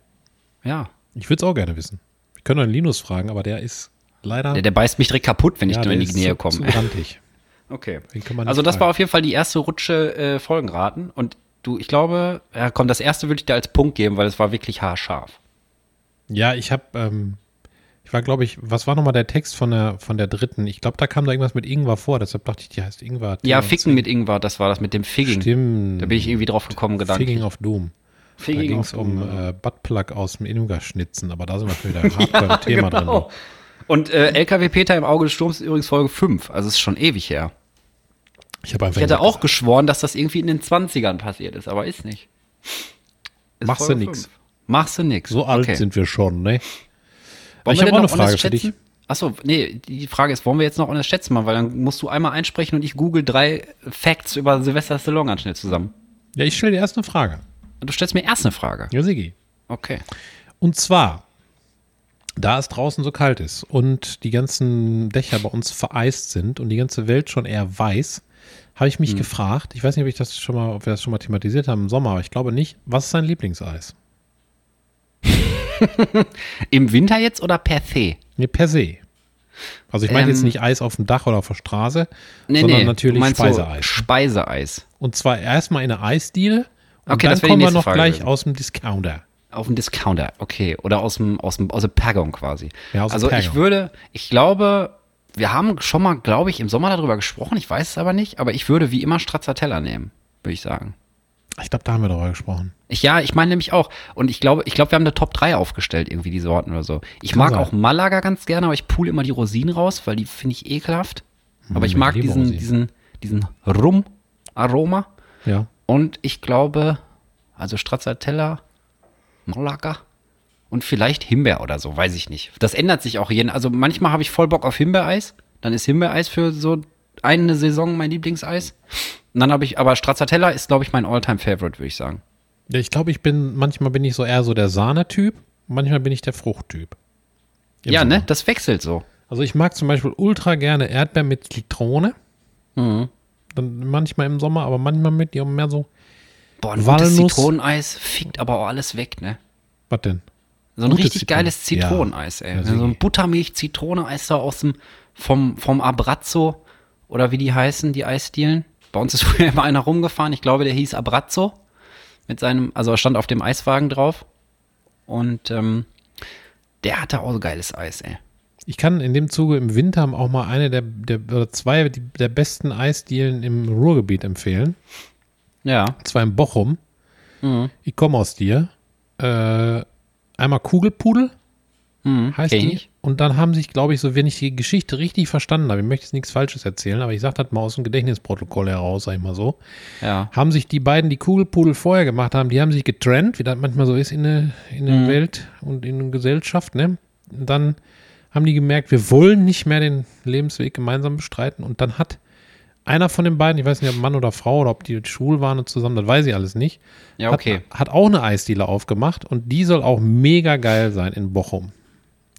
Ja.
Ich würde es auch gerne wissen. Wir können einen Linus fragen, aber der ist leider.
Der, der beißt mich direkt kaputt, wenn
ja,
ich
der
nur in die
ist
Nähe
zu-
komme.
Zu rantig.
[laughs] Okay.
Den kann man nicht
Also das war
fragen.
auf jeden Fall die erste Rutsche äh, Folgenraten. Und du, ich glaube, ja, komm, das erste würde ich dir als Punkt geben, weil es war wirklich haarscharf.
Ja, ich habe. Ähm, ich war, glaube ich, was war nochmal der Text von der, von der dritten? Ich glaube, da kam da irgendwas mit Ingwer vor, deshalb dachte ich, die heißt Ingwer.
Ja, Ficken mit Ingwer, das war das mit dem Figging.
Stimmt.
Da bin ich irgendwie drauf gekommen, Gedanken.
Figging of Doom. Da ging es um äh, Buttplug aus dem Ingwer-Schnitzen, aber da sind wir schon wieder hart beim
[laughs]
Thema drin.
Genau. Und äh, LKW Peter im Auge des Sturms ist übrigens Folge 5, also ist schon ewig her.
Ich habe einfach.
Ich hätte
gesagt,
auch geschworen, dass das irgendwie in den 20ern passiert ist, aber ist nicht. Ist
Machst
Folge
du nix.
fünf. Machst du nix.
So alt
Okay.
sind wir schon, ne?
Wollen
ich
wir
habe
denn
auch eine
noch
Frage
honest
für dich.
schätzen? Achso, nee, die Frage ist, wollen wir jetzt noch honest schätzen machen? Weil dann musst du einmal einsprechen und ich google drei Facts über Sylvester Stallone ganz schnell zusammen.
Ja, ich stelle dir erst eine Frage.
Und du stellst mir erst eine Frage.
Ja, Sigi.
Okay.
Und zwar, da es draußen so kalt ist und die ganzen Dächer bei uns vereist sind und die ganze Welt schon eher weiß, habe ich
Hm.
mich gefragt, ich weiß nicht, ob ich das schon mal, ob wir das schon mal thematisiert haben im Sommer, aber ich glaube nicht, was ist sein Lieblingseis?
Im Winter jetzt oder per se?
Nee, per se. Also ich meine
Ähm.
jetzt nicht Eis auf dem Dach oder auf der Straße,
Nee,
sondern
nee, du
natürlich
meinst
Speiseeis. ne?
So Speiseeis.
Und zwar erstmal in eine Eisdiele und
Okay,
dann
das wäre die
kommen wir
nächste
noch
Frage
gleich
gewesen.
aus dem Discounter.
Auf dem Discounter, okay. Oder aus dem, aus dem, aus der Packung quasi.
Ja, aus der
also ich
Packung.
würde, ich glaube, wir haben schon mal, glaube ich, im Sommer darüber gesprochen, ich weiß es aber nicht, aber ich würde wie immer Stracciatella nehmen, würde ich sagen.
Ich glaube, da haben wir darüber gesprochen.
Ich, ja, ich meine nämlich auch. Und ich glaube, ich glaube, wir haben eine Top 3 aufgestellt, irgendwie die Sorten oder so. Ich mag
sein.
auch Malaga ganz gerne, aber ich pool immer die Rosinen raus, weil die finde ich ekelhaft. Aber ich
ich
mag
liebe
diesen,
Rosinen.
diesen, diesen Rum-Aroma.
Ja.
Und ich glaube, also Stracciatella, Malaga und vielleicht Himbeer oder so, weiß ich nicht. Das ändert sich auch jeden. Also manchmal habe ich voll Bock auf Himbeereis, dann ist Himbeereis für so eine Saison mein Lieblingseis. Und dann habe ich, aber Stracciatella ist, glaube ich, mein All-Time-Favorite, würde ich sagen.
Ja, Ich glaube, ich bin, manchmal bin ich so eher so der Sahnetyp, manchmal bin ich der Fruchttyp. Im
ja,
Sommer.
ne? Das wechselt so.
Also ich mag zum Beispiel ultra gerne Erdbeeren mit Zitrone. Mhm. Dann manchmal im Sommer, aber manchmal mit ja, mehr so.
Boah, ein
Walnuss.
gutes Zitroneneis fickt aber auch alles weg, ne?
Was denn?
So ein
Gutes
richtig
Zitronen-
geiles Zitroneneis,
Ja.
ey. Also
Ja,
so ein
Sigi.
Buttermilch-Zitroneneis da aus dem, vom, vom Abrazzo oder wie die heißen, die Eisdielen. Bei uns ist [laughs] früher immer einer rumgefahren, ich glaube, der hieß Abrazzo. Mit seinem, also er stand auf dem Eiswagen drauf. Und ähm, der hatte auch so geiles Eis, ey.
Ich kann in dem Zuge im Winter auch mal eine der, der oder zwei die- der besten Eisdielen im Ruhrgebiet empfehlen.
Ja.
Und zwar in Bochum.
Mhm.
Ich komme aus dir. Äh, einmal Kugelpudel heißt
Mhm. kenn
die.
ich.
Und dann haben sich, glaube ich, so, wenn ich die Geschichte richtig verstanden habe, ich möchte jetzt nichts Falsches erzählen, aber ich sage das mal aus dem Gedächtnisprotokoll heraus, sag ich mal so,
Ja.
haben sich die beiden, die Kugelpudel vorher gemacht haben, die haben sich getrennt, wie das manchmal so ist in der, in
Mhm.
der Welt und in der Gesellschaft, ne? Und dann haben die gemerkt, wir wollen nicht mehr den Lebensweg gemeinsam bestreiten und dann hat einer von den beiden, ich weiß nicht, ob Mann oder Frau oder ob die schwul waren und zusammen, das weiß ich alles nicht,
Ja, okay.
hat, hat auch eine Eisdiele aufgemacht und die soll auch mega geil sein in Bochum.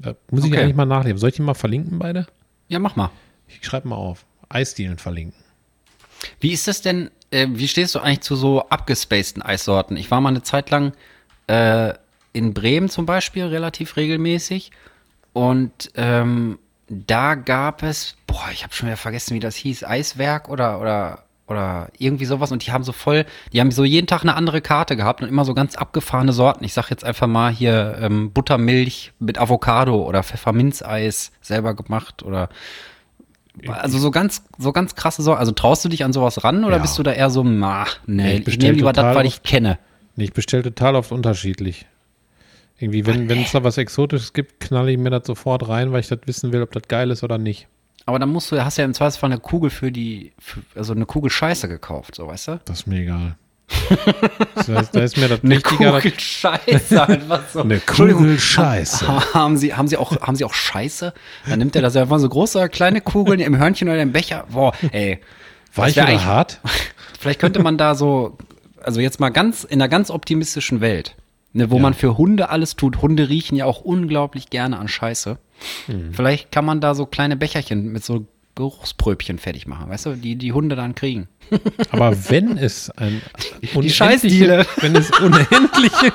Da muss ich
Okay.
eigentlich mal nachlesen. Soll ich die mal verlinken beide?
Ja, mach mal.
Ich schreibe mal auf. Eisdielen verlinken.
Wie ist das denn, äh, wie stehst du eigentlich zu so abgespaceden Eissorten? Ich war mal eine Zeit lang äh, in Bremen zum Beispiel relativ regelmäßig und ähm, da gab es, boah, ich habe schon wieder vergessen, wie das hieß, Eiswerk oder, oder, oder irgendwie sowas und die haben so voll, die haben so jeden Tag eine andere Karte gehabt und immer so ganz abgefahrene Sorten. Ich sag jetzt einfach mal hier ähm, Buttermilch mit Avocado oder Pfefferminzeis selber gemacht oder also so ganz, so ganz krasse Sorgen. Also traust du dich an sowas ran oder
Ja.
bist du da eher so, na, nee,
Ich
ich,
bestell
nehme lieber das,
total
weil ich kenne.
Nee, ich bestelle total oft unterschiedlich. Irgendwie, wenn wenn es da was Exotisches gibt, knalle ich mir das sofort rein, weil ich das wissen will, ob das geil ist oder nicht.
Aber dann musst du, hast ja im Zweifelsfall eine Kugel für die, für, also eine Kugel Scheiße gekauft, so weißt du?
Das ist mir
[laughs]
egal. das heißt, da ist mir das
Eine
wichtiger.
Kugel [laughs] Scheiße, einfach so.
Eine
Entschuldigung,
Kugel Scheiße.
ha- Haben sie, haben, sie auch, haben sie auch Scheiße? Dann nimmt er das einfach so große oder kleine Kugeln im Hörnchen oder im Becher. Boah, ey.
Weich
Das wär
oder
eigentlich-
hart?
Vielleicht könnte man da so, also jetzt mal ganz, in einer ganz optimistischen Welt, ne, wo man für Hunde alles tut. Hunde riechen ja auch unglaublich gerne an Scheiße.
Mhm.
Vielleicht kann man da so kleine Becherchen mit so Geruchspröbchen fertig machen, weißt du, die die Hunde dann kriegen.
Aber wenn es ein unendliche-
Scheißdiele.
wenn es unendliche,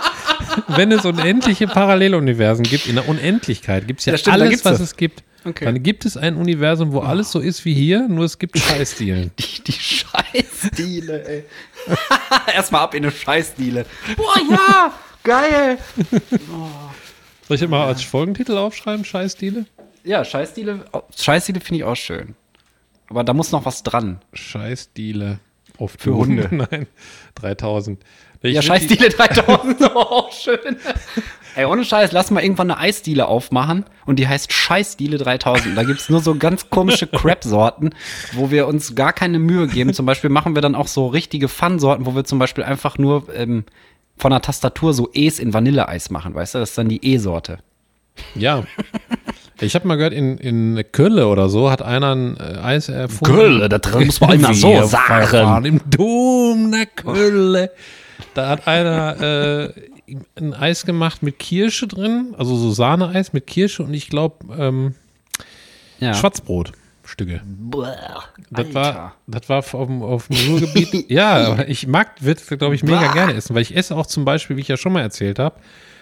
wenn es unendliche Paralleluniversen gibt, in der Unendlichkeit gibt es ja,
Ja, stimmt, da
alles,
gibt's
was
das.
es gibt.
Okay. Ah.
Dann gibt es ein Universum, wo alles so ist wie hier, nur es
[laughs]
gibt Scheißdielen.
Die, die Scheißdiele, ey. [laughs] Erstmal ab in eine Scheißdiele. Boah, ja, geil.
Soll ich immer als Folgentitel aufschreiben, Scheißdiele?
Ja, Scheißdiele, Scheißdiele finde ich auch schön. Aber da muss noch was dran.
Scheißdiele. Oft
Für Hunde.
[laughs] Nein, 3000. Ich
ja,
würd die-
Scheißdiele 3000, auch schön. Ey, ohne Scheiß, lass mal irgendwann eine Eisdiele aufmachen und die heißt Scheißdiele 3000. Da gibt's nur so ganz komische Crap-Sorten, wo wir uns gar keine Mühe geben. Zum Beispiel machen wir dann auch so richtige Fun-Sorten, wo wir zum Beispiel einfach nur ähm, von der Tastatur so E's in Vanilleeis machen, weißt du? Das ist dann die E-Sorte.
Ja. Ich habe mal gehört, in, in Kölle oder so hat einer ein äh, Eis erfunden.
da drin muss man immer so
Wir fahren Im Dom der Kölle. Da hat einer äh, ein Eis gemacht mit Kirsche drin, also so Sahneeis mit Kirsche und ich glaube ähm,
Ja.
Schwarzbrotstücke.
Boah,
Das
Alter.
war, das war auf, dem- auf dem
[laughs]
Ruhrgebiet. ja, aber ich mag, würde glaube ich, mega
Bah.
gerne essen, weil ich esse auch zum Beispiel, wie ich ja schon mal erzählt habe,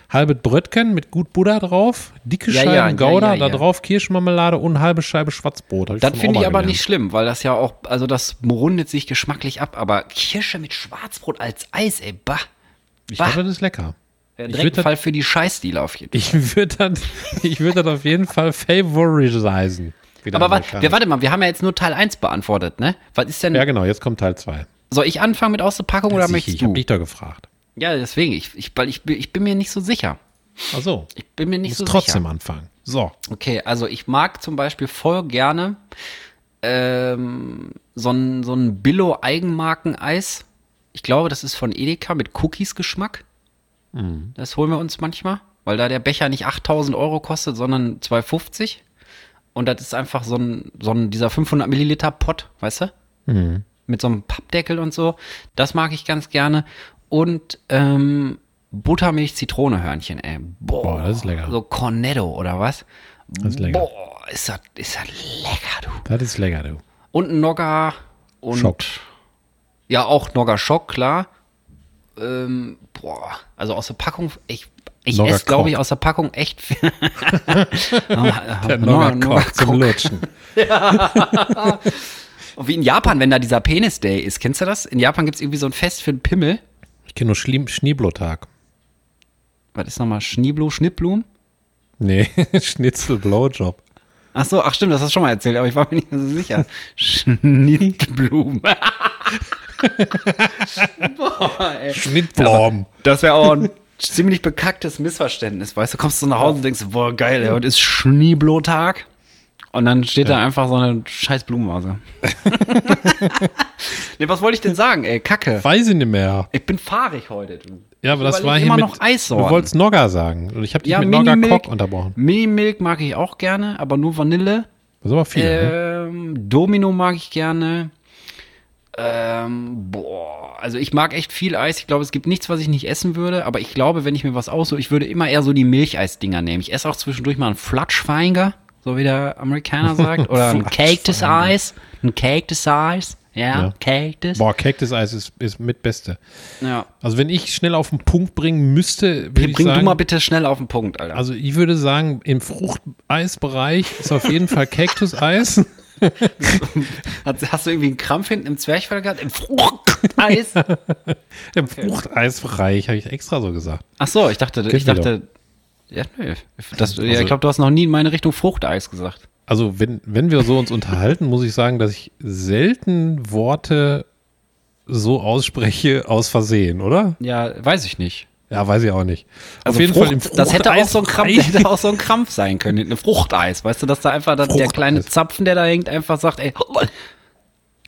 halbes Brötchen mit gut Butter drauf, dicke
Ja, ja,
Scheiben
ja,
Gouda,
ja, ja.
da drauf Kirschmarmelade und halbe Scheibe Schwarzbrot. Hab
Das
von
finde
Oma
ich aber
gelernt.
nicht schlimm, weil das ja auch, also das rundet sich geschmacklich ab, aber Kirsche mit Schwarzbrot als Eis, ey, bah.
Ich
bah.
glaube, das ist lecker.
Wäre
ich
direkt
würd
ein
das-
Fall für die Scheißdealer auf jeden Fall.
Ich würde das, [laughs] ich würd das auf jeden Fall favorisieren. Wie der
Aber wa-
Amerikaner.
wir, warte mal, wir haben ja jetzt nur Teil 1 beantwortet, ne? Was ist denn,
Ja, genau, jetzt kommt Teil 2.
soll ich anfangen mit auszupacken oder möchtest
Ich habe
du?
dich da gefragt.
Ja, deswegen, ich, ich, weil ich, bin- ich bin mir nicht so sicher.
Ach so,
Ich bin mir nicht
muss
so
trotzdem
sicher.
anfangen. So,
Okay, also ich mag zum Beispiel voll gerne ähm, so ein, so ein Billo-Eigenmarken-Eis. Ich glaube, das ist von Edeka mit Cookies-Geschmack.
Mhm.
Das holen wir uns manchmal, weil da der Becher nicht 8000 Euro kostet, sondern 250. Und das ist einfach so ein, so ein dieser 500 Milliliter Pott, weißt du?
Mhm.
Mit so einem Pappdeckel und so. Das mag ich ganz gerne. Und ähm, Buttermilch-Zitrone-Hörnchen, ey. Boah,
Boah, das ist lecker.
So Cornetto oder was? Das
ist lecker.
Boah, ist das, ist das lecker, du.
das ist lecker, du.
Und ein Nogger und
Schock.
ja, auch Nogger Schock, klar. Ähm, boah, also aus der Packung, ich, ich
Nogger
esse, glaube ich,
Kork.
aus der Packung echt
[laughs]
viel. der
Noggerkork zum
[laughs]
Lutschen.
Wie in Japan, wenn da dieser Penis Day ist, kennst du das? In Japan gibt es irgendwie so ein Fest für den Pimmel.
Ich kenne nur Schlim Schneeblotag.
Was ist nochmal? Schnieblu, Schnittblum?
Nee, [laughs] Schnitzel Blowjob.
Ach so, ach stimmt, das hast du schon mal erzählt, aber ich war mir nicht mehr so
[laughs]
sicher. Schnittblum.
Schnittblom.
Das wäre auch ein [laughs] ziemlich bekacktes Missverständnis, weißt du? Kommst du nach Hause und denkst, boah, geil, ey, heute ist Schneeblotag. Und dann steht da einfach so eine scheiß
[laughs]
Blumenvase. nee, was wollte ich denn sagen, ey? Kacke.
Weiß ich nicht mehr.
Ich bin fahrig heute. Du.
Ja, aber
Ich
das
überleg
war hier
immer
mit,
noch Eissorten.
Du wolltest Nogger sagen. Und ich habe dich mit Nogger Kork unterbrochen.
Mini-Milk mag ich auch gerne, aber nur Vanille.
Das ist aber viel. ne?
Ähm, Domino mag ich gerne. Ähm, boah, also ich mag echt viel Eis. Ich glaube, es gibt nichts, was ich nicht essen würde. Aber ich glaube, wenn ich mir was aussuche, ich würde immer eher so die Milcheisdinger nehmen. Ich esse auch zwischendurch mal einen Flatschfeinger, so wie der
[laughs]
Amerikaner sagt. Oder ein Caked Eis. Ein Caked Eis. Ja,
Ja.
Caked.
Boah, Cactus Eis ist, ist mit Beste.
Ja.
Also wenn ich schnell auf den Punkt bringen müsste, würde ich
Bring
sagen,
du mal bitte schnell auf den Punkt, Alter.
also ich würde sagen, im Fruchteisbereich ist auf jeden Fall Cactus-Eis.
Hast, hast du irgendwie einen Krampf hinten im Zwerchfell gehabt?
[laughs]
Im Fruchteis?
[laughs] Im Fruchteisbereich habe ich extra so gesagt.
Ach so, ich dachte, ich
wir
dachte, ja, nö. Das, ja, ich glaube, du hast noch nie in meine Richtung Fruchteis gesagt.
Also wenn, wenn wir so uns unterhalten, muss ich sagen, dass ich selten Worte so ausspreche aus Versehen, oder?
Ja, weiß ich nicht.
Ja, weiß ich auch nicht.
Also Frucht- das hätte auch so ein Krampf, das hätte auch so ein Krampf sein können. hinten. Ein Fruchteis, weißt du, dass da einfach das, der
Fruchteis.
kleine Zapfen, der da hängt, einfach sagt, ey,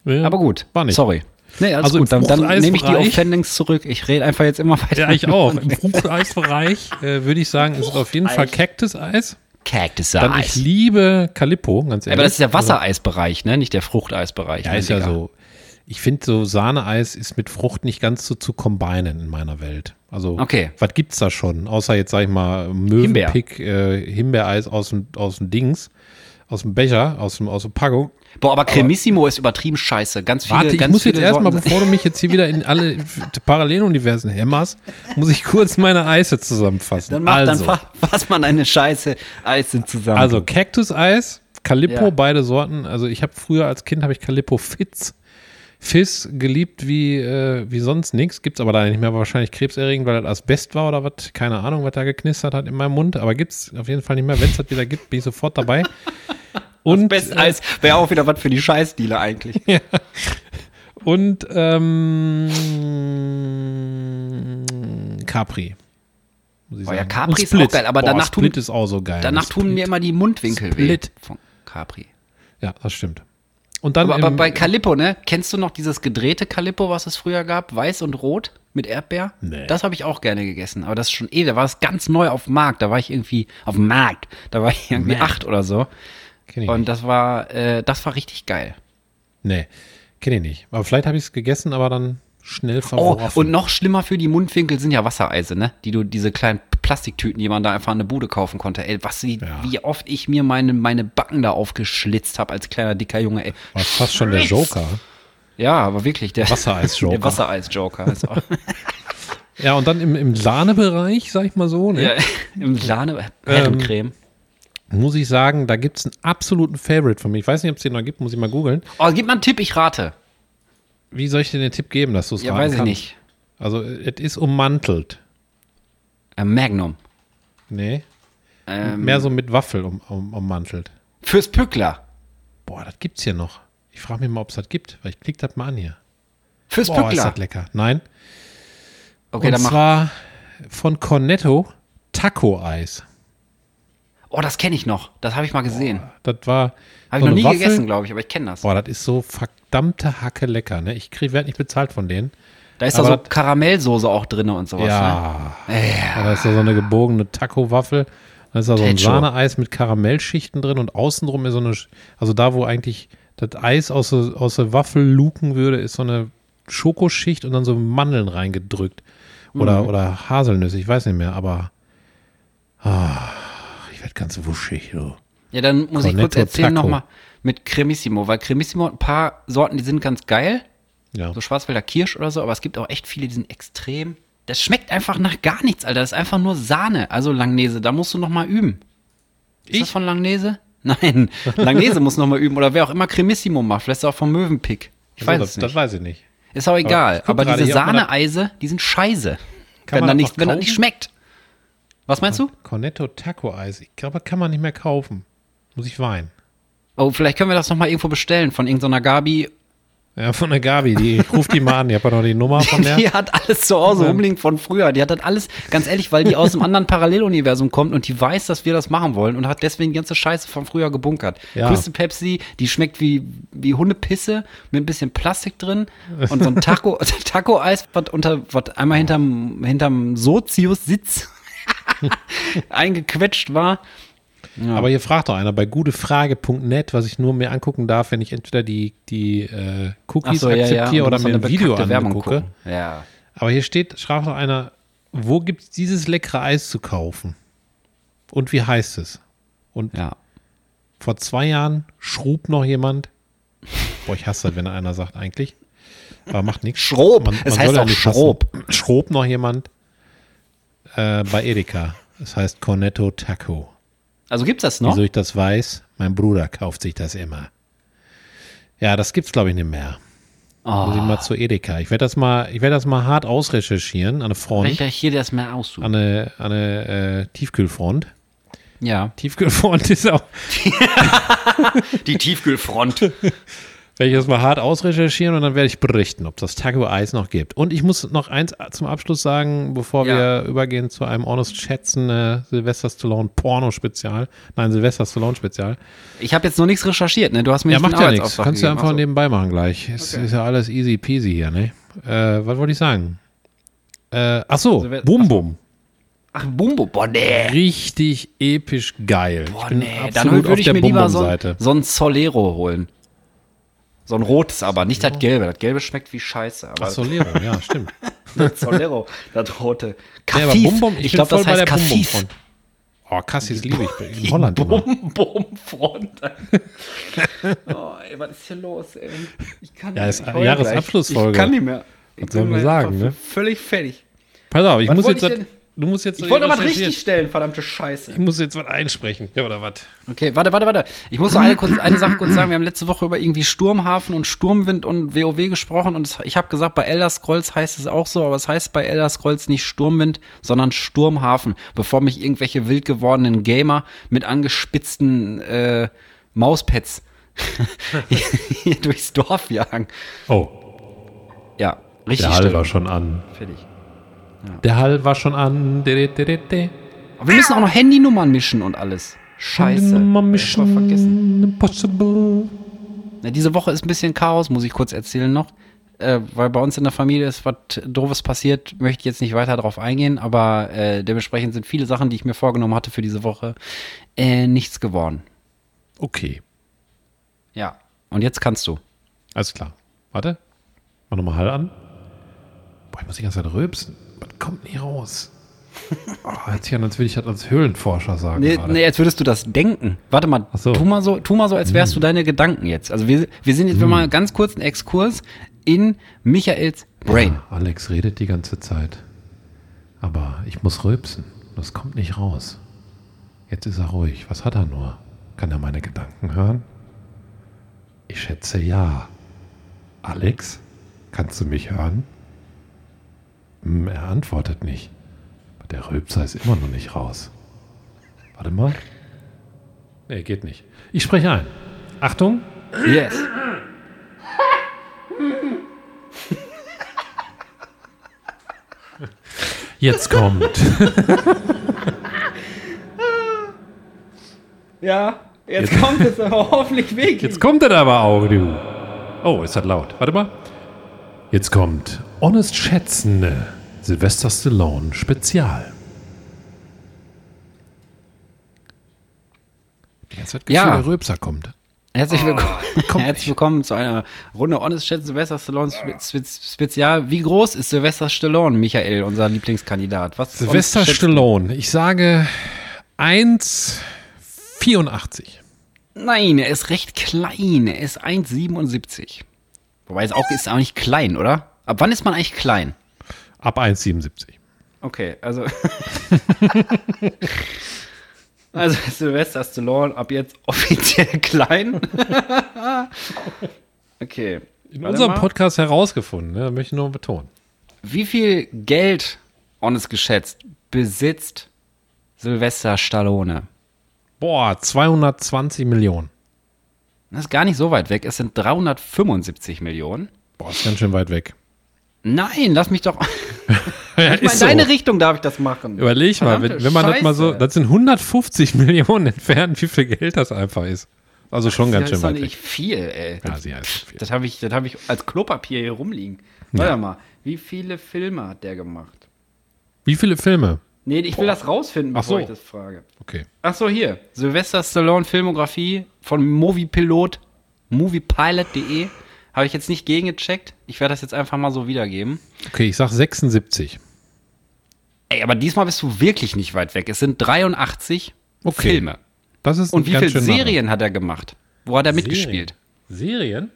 Ja,
aber gut,
War nicht.
sorry. Nee, alles
Also
gut,
im
dann, dann nehme ich die
Fruchteisbereich-
Offendings zurück. Ich rede einfach jetzt immer weiter.
Ja,
[laughs]
ich auch. Im Fruchteisbereich äh, würde ich sagen, ist es auf jeden Fall Cactus-Eis. Dann ich
Cactus-Eis.
liebe Calippo, ganz ehrlich.
Aber das ist der Wassereisbereich, ne? Nicht der Fruchteisbereich.
Ja,
mein
ist ja
Digga.
so. Ich finde, so Sahneeis ist mit Frucht nicht ganz so zu combinen in meiner Welt. Also,
Okay.
was gibt's da schon? Außer jetzt, sag ich mal,
Himbeer.
Möwenpick, äh, Himbeereis aus dem, aus dem Dings, aus dem Becher, aus dem, aus dem Packung.
Boah, aber Cremissimo ist übertrieben scheiße. Ganz viele,
Warte, ich
ganz
muss jetzt
viele
erstmal,
Sorten-
bevor du mich jetzt hier wieder in alle Paralleluniversen hämmerst, muss ich kurz meine Eise zusammenfassen.
Dann macht
also,
dann fa- fasst man eine scheiße Eis sind zusammen.
also Cactus-Eis, Calippo,
Ja.
beide Sorten. Also ich habe früher als Kind habe ich Calippo Fitz, Fizz geliebt wie, äh, wie sonst nichts. Gibt's aber leider nicht mehr, war wahrscheinlich krebserregend, weil das Asbest war oder was. Keine Ahnung, was da geknistert hat in meinem Mund. Aber gibt's auf jeden Fall nicht mehr. Wenn es das wieder gibt, bin ich
[laughs]
sofort dabei. Und,
Best Eis wäre auch wieder was für die Scheißdealer eigentlich.
und ähm, Capri. Muss ich
Boah, Oh ja,
sagen.
Capri
Und
ist auch
Split.
geil, aber
Boah,
danach tun-
Split ist auch so geil.
Danach
Split.
tun mir immer die Mundwinkel
Split.
weh von Capri.
Ja, das stimmt. Und dann
Aber,
im,
aber bei Calippo, ne? Kennst du noch dieses gedrehte Calippo, was es früher gab? Weiß und Rot mit Erdbeer?
Nee.
Das habe ich auch gerne gegessen. Aber das ist schon eh, da war es ganz neu auf dem Markt. Da war ich irgendwie, auf dem Markt, da war ich irgendwie acht oder so.
Kenn ich nicht.
Und das war, äh, das war richtig geil.
Nee, kenne ich nicht. Aber vielleicht habe ich es gegessen, aber dann schnell
Oh,
verworfen.
und noch schlimmer für die Mundwinkel sind ja Wassereise, ne? Die du, diese kleinen Plastiktüten, die man da einfach in der Bude kaufen konnte. Ey, was, wie,
Ja.
wie oft ich mir meine, meine Backen da aufgeschlitzt habe als kleiner, dicker Junge, ey.
War fast schon der Joker.
Ja, aber wirklich, [laughs] der
Wassereis-Joker. [laughs]
Der Wassereis-Joker. Ist auch-
Ja, und dann im, im Sahnebereich, sag ich mal so, ne,
Ja, Im Sahne, Head
Ähm.
und Creme.
muss ich sagen, da gibt es einen absoluten Favorite von mir. Ich weiß nicht, ob es den noch gibt, muss ich mal googeln.
Oh, gib mal einen Tipp, ich rate.
Wie soll ich dir den Tipp geben, dass du es
Ja,
raten
weiß ich
kannst?
nicht.
Also, äh, es ist ummantelt.
Äh, Magnum.
Nee.
Ähm,
Mehr so mit Waffel um, um, ummantelt.
Fürs Pückler.
Boah, das gibt's hier noch. Ich frage mich mal, ob es das gibt, weil ich klick das mal an hier.
Fürs
Boah, ist
Pückler.
das lecker. Nein.
Okay,
und
dann mach.
zwar von Cornetto Taco-Eis.
Oh, das kenne ich noch. Das habe ich mal gesehen.
Das war.
Habe ich
so
noch
eine
nie
Waffel.
gegessen, glaube ich, aber ich kenne das.
Boah, das ist so verdammte Hacke lecker, ne? Ich werde nicht bezahlt von denen.
Da ist da
aber
so
das-
Karamellsoße auch drin und sowas. Ne?
ja. ja. Da ist da so eine gebogene Taco-Waffel. Da ist da so ein
Techo.
Sahneeis mit Karamellschichten drin und außenrum ist so eine. Sch- Also da, wo eigentlich das Eis aus, der- aus der Waffel luken würde, ist so eine Schokoschicht und dann so Mandeln reingedrückt. Oder,
Mhm.
oder Haselnüsse, ich weiß nicht mehr, aber. Ah, ich werde ganz wuschig, du.
Ja, dann muss ich kurz
Cornetto
erzählen
Taco.
nochmal mit Cremissimo, weil Cremissimo hat ein paar Sorten, die sind ganz geil.
Ja.
So Schwarzwälder Kirsch oder so, aber es gibt auch echt viele, die sind extrem. Das schmeckt einfach nach gar nichts, Alter. Das ist einfach nur Sahne. Also Langnese, da musst du nochmal üben. Ist das von Langnese? [laughs] Nein, Langnese muss nochmal üben. Oder wer auch immer Cremissimo macht, vielleicht ist er auch vom Möwenpick. Ich weiß
Also,
es
das,
nicht.
das weiß ich nicht.
Ist auch egal.
ich guck
Aber,
gerade
diese
hier, ob man das-
Sahneeise, die sind scheiße.
Kann
wenn
man
da
das
nicht,
noch
wenn das nicht
kaufen?
schmeckt. Was meinst du?
Cornetto Taco Eis. Ich glaube, kann man nicht mehr kaufen. Muss ich weinen.
Oh, vielleicht können wir das nochmal irgendwo bestellen von irgendeiner Gabi.
Ja, von der Gabi. Die, ich rufe die mal an. Ich habe ja noch die Nummer von
[laughs]
der.
Die hat alles zu Hause rumliegen von früher. Die hat das alles, ganz ehrlich, weil die aus einem anderen Paralleluniversum kommt und die weiß, dass wir das machen wollen und hat deswegen die ganze Scheiße von früher gebunkert.
Ja.
Crystal Pepsi, die schmeckt wie, wie Hundepisse mit ein bisschen Plastik drin und so ein [laughs] Taco, Taco-Eis, was unter, was einmal hinterm, hinterm [laughs] Sozius-Sitz eingequetscht war.
Aber hier fragt doch einer bei gutefrage.net, was ich nur mir angucken darf, wenn ich entweder die, die äh,
Ach
Cookies
so, ja, ja.
akzeptiere
Und du
oder
musst so
mir
eine
ein Video
bekackte Werbung
angucke.
gucken. Ja.
Aber hier steht, fragt doch einer, wo gibt es dieses leckere Eis zu kaufen? Und wie heißt es? Und
Ja.
vor zwei Jahren schrub noch jemand. Boah, ich hasse das, wenn einer sagt eigentlich. Aber macht nichts.
Schrob. Es heißt auch
nicht
Schrob.
hassen. Schrob noch jemand äh, bei Edeka. Es heißt Cornetto Taco.
Also gibt's das noch?
Wieso ich das weiß? Mein Bruder kauft sich das immer. Ja, das gibt's glaube ich nicht mehr. Muss ich mal zu Edeka. Ich werde das mal, ich werde das mal hart ausrecherchieren an eine Front,
Welcher hier das mehr aussucht.
an eine, an eine äh, Tiefkühlfront.
Ja.
Tiefkühlfront [laughs] ist auch
Die Tiefkühlfront.
werde ich das mal hart ausrecherchieren und dann werde ich berichten, ob das Taco Eis noch gibt. Und ich muss noch eins zum Abschluss sagen, bevor
Ja.
wir übergehen zu einem honest schätzen äh, Sylvester Stallone Porno Spezial. Nein, Sylvester Stallone Spezial.
[laughs] Ich habe jetzt noch nichts recherchiert, ne? Du hast mir
Ja,
nicht
macht
den
ja nichts.
Arbeitsauftrag
Kannst du
gegeben.
einfach
Ach so.
nebenbei machen gleich. Ist, ist ja alles easy peasy hier, ne? Äh, was wollte ich sagen? Äh, ach so,
Sylve-
Bum Bum.
Ach, Bumbo, boah, nee.
Richtig episch geil.
Boah,
ich bin
nee.
absolut
Dann
auf
würde ich
der
mir lieber so ein,
Bum-Bum-Seite.
so ein Solero holen. So ein rotes aber, nicht das gelbe. Das gelbe schmeckt wie Scheiße. Aber
Ach so, Leo, ja, stimmt.
das Solero, das rote.
[laughs] Nee, aber
Kaffee.
Bum Bum, ich,
ich
bin
glaube,
voll
das
bei
heißt
der Bum Bum
Kaffee.
Front. Oh, Kassis liebe ich. In Holland immer. [laughs]
Bum-Bum-Front. Oh, ey, was ist hier los, ey? Ich kann
Ja,
nicht
ist
mehr. Ich heul gleich.
Jahresabschlussfolge.
Ich kann nicht mehr. Ich
soll
bin
man
gleich
sagen,
einfach
ne?
Völlig fertig.
Pass auf, ich
Was
muss
wollte
jetzt,
ich
was-
denn?
du musst jetzt.
Ich wollte noch was
recherchieren.
richtig stellen, verdammte Scheiße.
Ich muss jetzt was einsprechen. Ja, oder was?
Okay, warte, warte, warte. Ich muss noch eine, kurz, eine Sache kurz sagen. Wir haben letzte Woche über irgendwie Sturmhafen und Sturmwind und WoW gesprochen und es- ich habe gesagt, bei Elder Scrolls heißt es auch so, aber es heißt bei Elder Scrolls nicht Sturmwind, sondern Sturmhafen, bevor mich irgendwelche wild gewordenen Gamer mit angespitzten äh, Mauspads [laughs] hier durchs Dorf jagen.
Oh,
Ja, richtig
der Hall war
stimmt.
schon an.
Fertig.
Der Hall war schon an. De, de, de, de.
Aber wir müssen auch noch Handynummern mischen und alles. Scheiße.
Nummer
Ich hab voll vergessen.
Mission Impossible.
Na, diese Woche ist ein bisschen Chaos, muss ich kurz erzählen noch. Äh, weil bei uns in der Familie ist was Doofes passiert, möchte ich jetzt nicht weiter darauf eingehen, aber äh, dementsprechend sind viele Sachen, die ich mir vorgenommen hatte für diese Woche, äh, nichts geworden.
Okay,
Ja. Und jetzt kannst du.
alles klar. Warte. Mach nochmal Hall an. Boah, ich muss die ganze Zeit rülpsen. Was kommt
[laughs]
nie raus? Oh, hört sich an, als würde ich das als Höhlenforscher sagen.
Nee,
gerade.
nee, jetzt würdest du das denken. Warte mal,
Ach so.
tu mal so, Hm. tu mal so, als wärst du deine Gedanken jetzt. Also wir, wir sind jetzt mal ganz kurz einen Exkurs in Michaels Brain.
Alex redet die ganze Zeit. Aber ich muss rülpsen. Das kommt nicht raus. Jetzt ist er ruhig. Was hat er nur? Kann er meine Gedanken hören? Ich schätze ja. Alex, kannst du mich hören? Hm, er antwortet nicht. Aber der Rülpser ist immer noch nicht raus. Warte mal. Nee, geht nicht. Ich spreche ein. Achtung.
Yes.
Jetzt kommt.
Ja, jetzt, kommt es aber hoffentlich weg.
Jetzt kommt er aber auch, du. Oh, ist das laut. Warte mal. Jetzt kommt Honest Schätzende Sylvester Stallone Spezial. Die ganze Zeit Gefühl,
Ja.
der Röpser kommt.
Herzlich willkommen.
Oh, komm.
Herzlich willkommen zu einer Runde Honest Chat Sylvester Stallone Spe- Spe- Spezial. Wie groß ist Sylvester Stallone, Michael, unser Lieblingskandidat? Was ist
Sylvester
Honest Chat-
Stallone, ich sage 1,84.
Nein, er ist recht klein. Er ist 1,77. Wobei es auch ist auch nicht klein, oder? Ab wann ist man eigentlich klein?
Ab 1,77.
Okay, also. [laughs] also ist Sylvester Stallone ab jetzt offiziell klein. [laughs] okay.
In
warte
unserem
mal.
Podcast herausgefunden, ne? möchte ich nur betonen.
Wie viel Geld, honest geschätzt, besitzt Sylvester Stallone?
Boah, 220 Millionen.
Das ist gar nicht so weit weg. Es sind 375 Millionen.
Boah, ist ganz schön weit weg.
Nein, lass mich doch.
[laughs] Ja,
Ich meine, in deine Richtung darf ich das machen.
Überleg mal,
Verdammte
wenn, wenn man das mal so,
Scheiße.
das sind 150 [laughs] Millionen entfernt, wie viel Geld das einfach ist. Also schon
das
ganz schön
ist doch
weit weg.
nicht viel, ey.
Ja, sie heißt viel.
Das habe ich, das hab ich als Klopapier hier rumliegen. Warte mal, wie viele Filme hat der gemacht?
Wie viele Filme?
Nee, ich will das rausfinden,
Ach
bevor
so.
ich das frage.
Okay.
Ach so, hier. Sylvester Stallone Filmografie von Moviepilot, moviepilot.de. Habe ich jetzt nicht gegengecheckt. Ich werde das jetzt einfach mal so wiedergeben.
Okay, ich sag 76.
Ey, aber diesmal bist du wirklich nicht weit weg. Es sind 83
Okay.
Filme.
Das ist
Und
eine
wie
ganz
viele
schön
Serien hat er gemacht? Wo hat er mitgespielt?
Serien?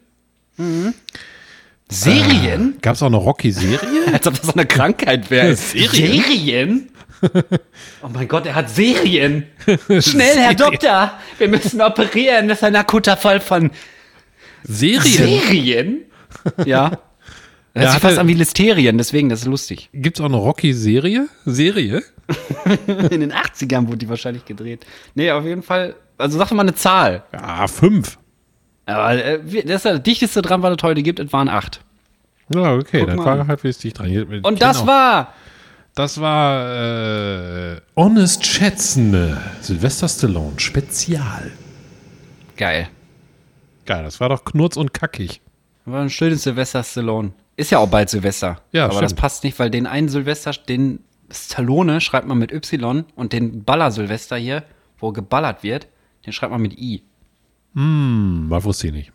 Serien?
Gab es auch eine Rocky-Serie?
Als ob das so eine Krankheit
[laughs]
wäre. Serien? [laughs] Oh mein Gott, er hat
[laughs]
Serien. Schnell, Herr Doktor. Wir müssen operieren. Das ist ein akuter Fall von
Serien?
[laughs] Serien? Ja. Das
Ja,
hört sich
hat
fast
er-
an wie Listerien, deswegen, das ist lustig.
Gibt es auch eine Rocky-Serie? Serie?
[laughs] In den 80ern wurde die wahrscheinlich gedreht. Nee, auf jeden Fall. Also sag doch mal eine Zahl.
Ja, fünf.
Aber äh, wir- das, ist das dichteste dran, was es heute gibt, es waren acht.
Ja, okay,
Guck
dann
mal
war halt dicht dran. Hier-
Und
Kenn
das
auch-
war.
Das war äh, Honest Schätzende Sylvester Stallone Spezial.
Geil.
Geil, das war doch Knurz und Kackig.
War ein schönes Silvester Stallone. Ist ja auch bald Silvester.
Ja,
Aber
stimmt.
das passt nicht, weil den einen Silvester, den Stallone schreibt man mit Y und den Baller Silvester hier, wo geballert wird, den schreibt man mit I.
Hm, War wusste ich nicht.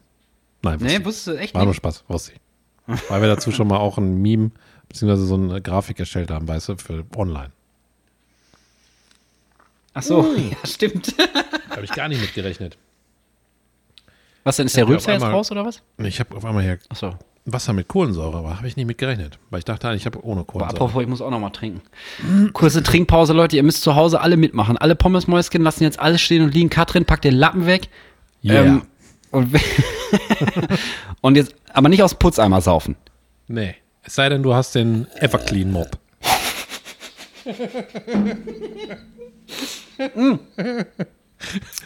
Nein, wusste
Nee,
ich.
wusstest du echt
War nur
nicht?
Spaß, wusste ich. Weil wir dazu schon mal auch ein Meme beziehungsweise so eine Grafik erstellt haben, weißt du, für online.
Ach so, [laughs] ja, stimmt.
Habe ich gar nicht mitgerechnet.
Was denn, ist der
Ja, auf
Rülpser jetzt
einmal-
raus oder was?
Ich habe auf einmal hier
Ach so.
Wasser mit Kohlensäure, aber habe ich nicht mitgerechnet. Weil ich dachte, ich habe ohne
Boah,
Kohlensäure.
apropos, ich muss auch nochmal trinken. Kurze Trinkpause, Leute. Ihr müsst zu Hause alle mitmachen. Alle Pommesmäuschen lassen jetzt alles stehen und liegen. Katrin packt den Lappen weg. Ähm,
Yeah.
und, [laughs] we- und jetzt, aber nicht aus dem Putzeimer saufen.
Nee. Es sei denn, du hast den Everclean Mob.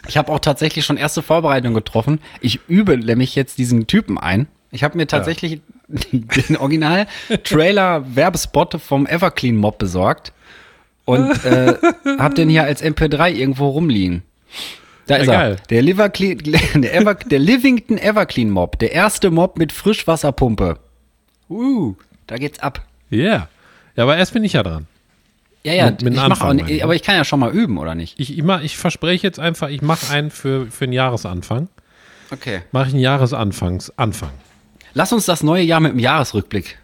Ich habe auch tatsächlich schon erste Vorbereitungen getroffen. Ich übe nämlich jetzt diesen Typen ein. Ich habe mir tatsächlich [laughs] den Original-Trailer-Werbespot vom Everclean Mob besorgt und
[laughs]
äh, habe den hier als MP3 irgendwo rumliegen. Da ist
Egal.
er. Der, Liverclean, [laughs] der, Ever, der Livington Everclean Mob. Der erste Mob mit Frischwasserpumpe. Uh, da geht's ab.
Yeah. Ja, aber erst bin ich ja dran.
Ja, ja,
Mit- mit
ich
einem
mach auch,
Anfang, meine
nicht-
ich.
aber ich kann ja schon mal üben, oder nicht?
Ich, ich, mach, ich verspreche jetzt einfach, ich mache einen für, für den Jahresanfang.
Okay.
Mache ich einen Jahresanfangs Anfang.
Lass uns das neue Jahr mit dem Jahresrückblick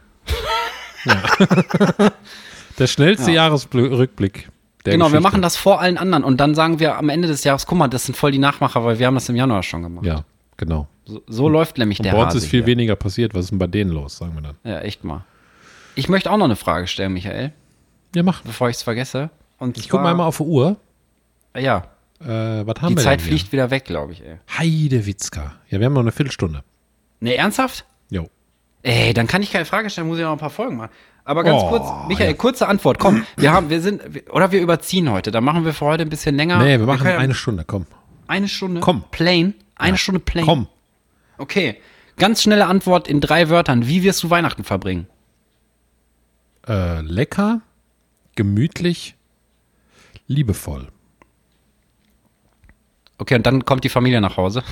Der schnellste Jahresrückblick. der
Genau, wir
Geschichte.
machen das vor allen anderen und dann sagen wir am Ende des Jahres, guck mal, das sind voll die Nachmacher, weil wir haben das im Januar schon gemacht.
Ja, genau.
So, so läuft nämlich
Und
der
bei uns
Hase
ist viel
hier.
weniger passiert. Was ist denn bei denen los, sagen wir dann?
Ja, echt mal. Ich möchte auch noch eine Frage stellen, Michael.
Ja, mach.
bevor ich es vergesse. Und
Ich guck mal einmal auf die Uhr.
Ja,
Äh, was haben
die
wir
Zeit
denn hier?
fliegt wieder weg, glaube ich, ey.
Heidewitzka. Ja, wir haben noch eine Viertelstunde.
Ne, ernsthaft?
Jo.
Ey, dann kann ich keine Frage stellen, muss ich noch ein paar Folgen machen. Aber ganz
Oh,
kurz, Michael, kurze Antwort. Komm, wir haben, wir sind, wir- oder wir überziehen heute. Dann machen wir für heute ein bisschen länger.
nee, wir machen
können-
eine Stunde, komm.
eine Stunde.
Komm.
Plain. Eine Stunde plain.
Komm.
Okay. Ganz schnelle Antwort in drei Wörtern. Wie wirst du Weihnachten verbringen?
Äh, lecker, gemütlich, liebevoll.
Okay, und dann kommt die Familie nach Hause.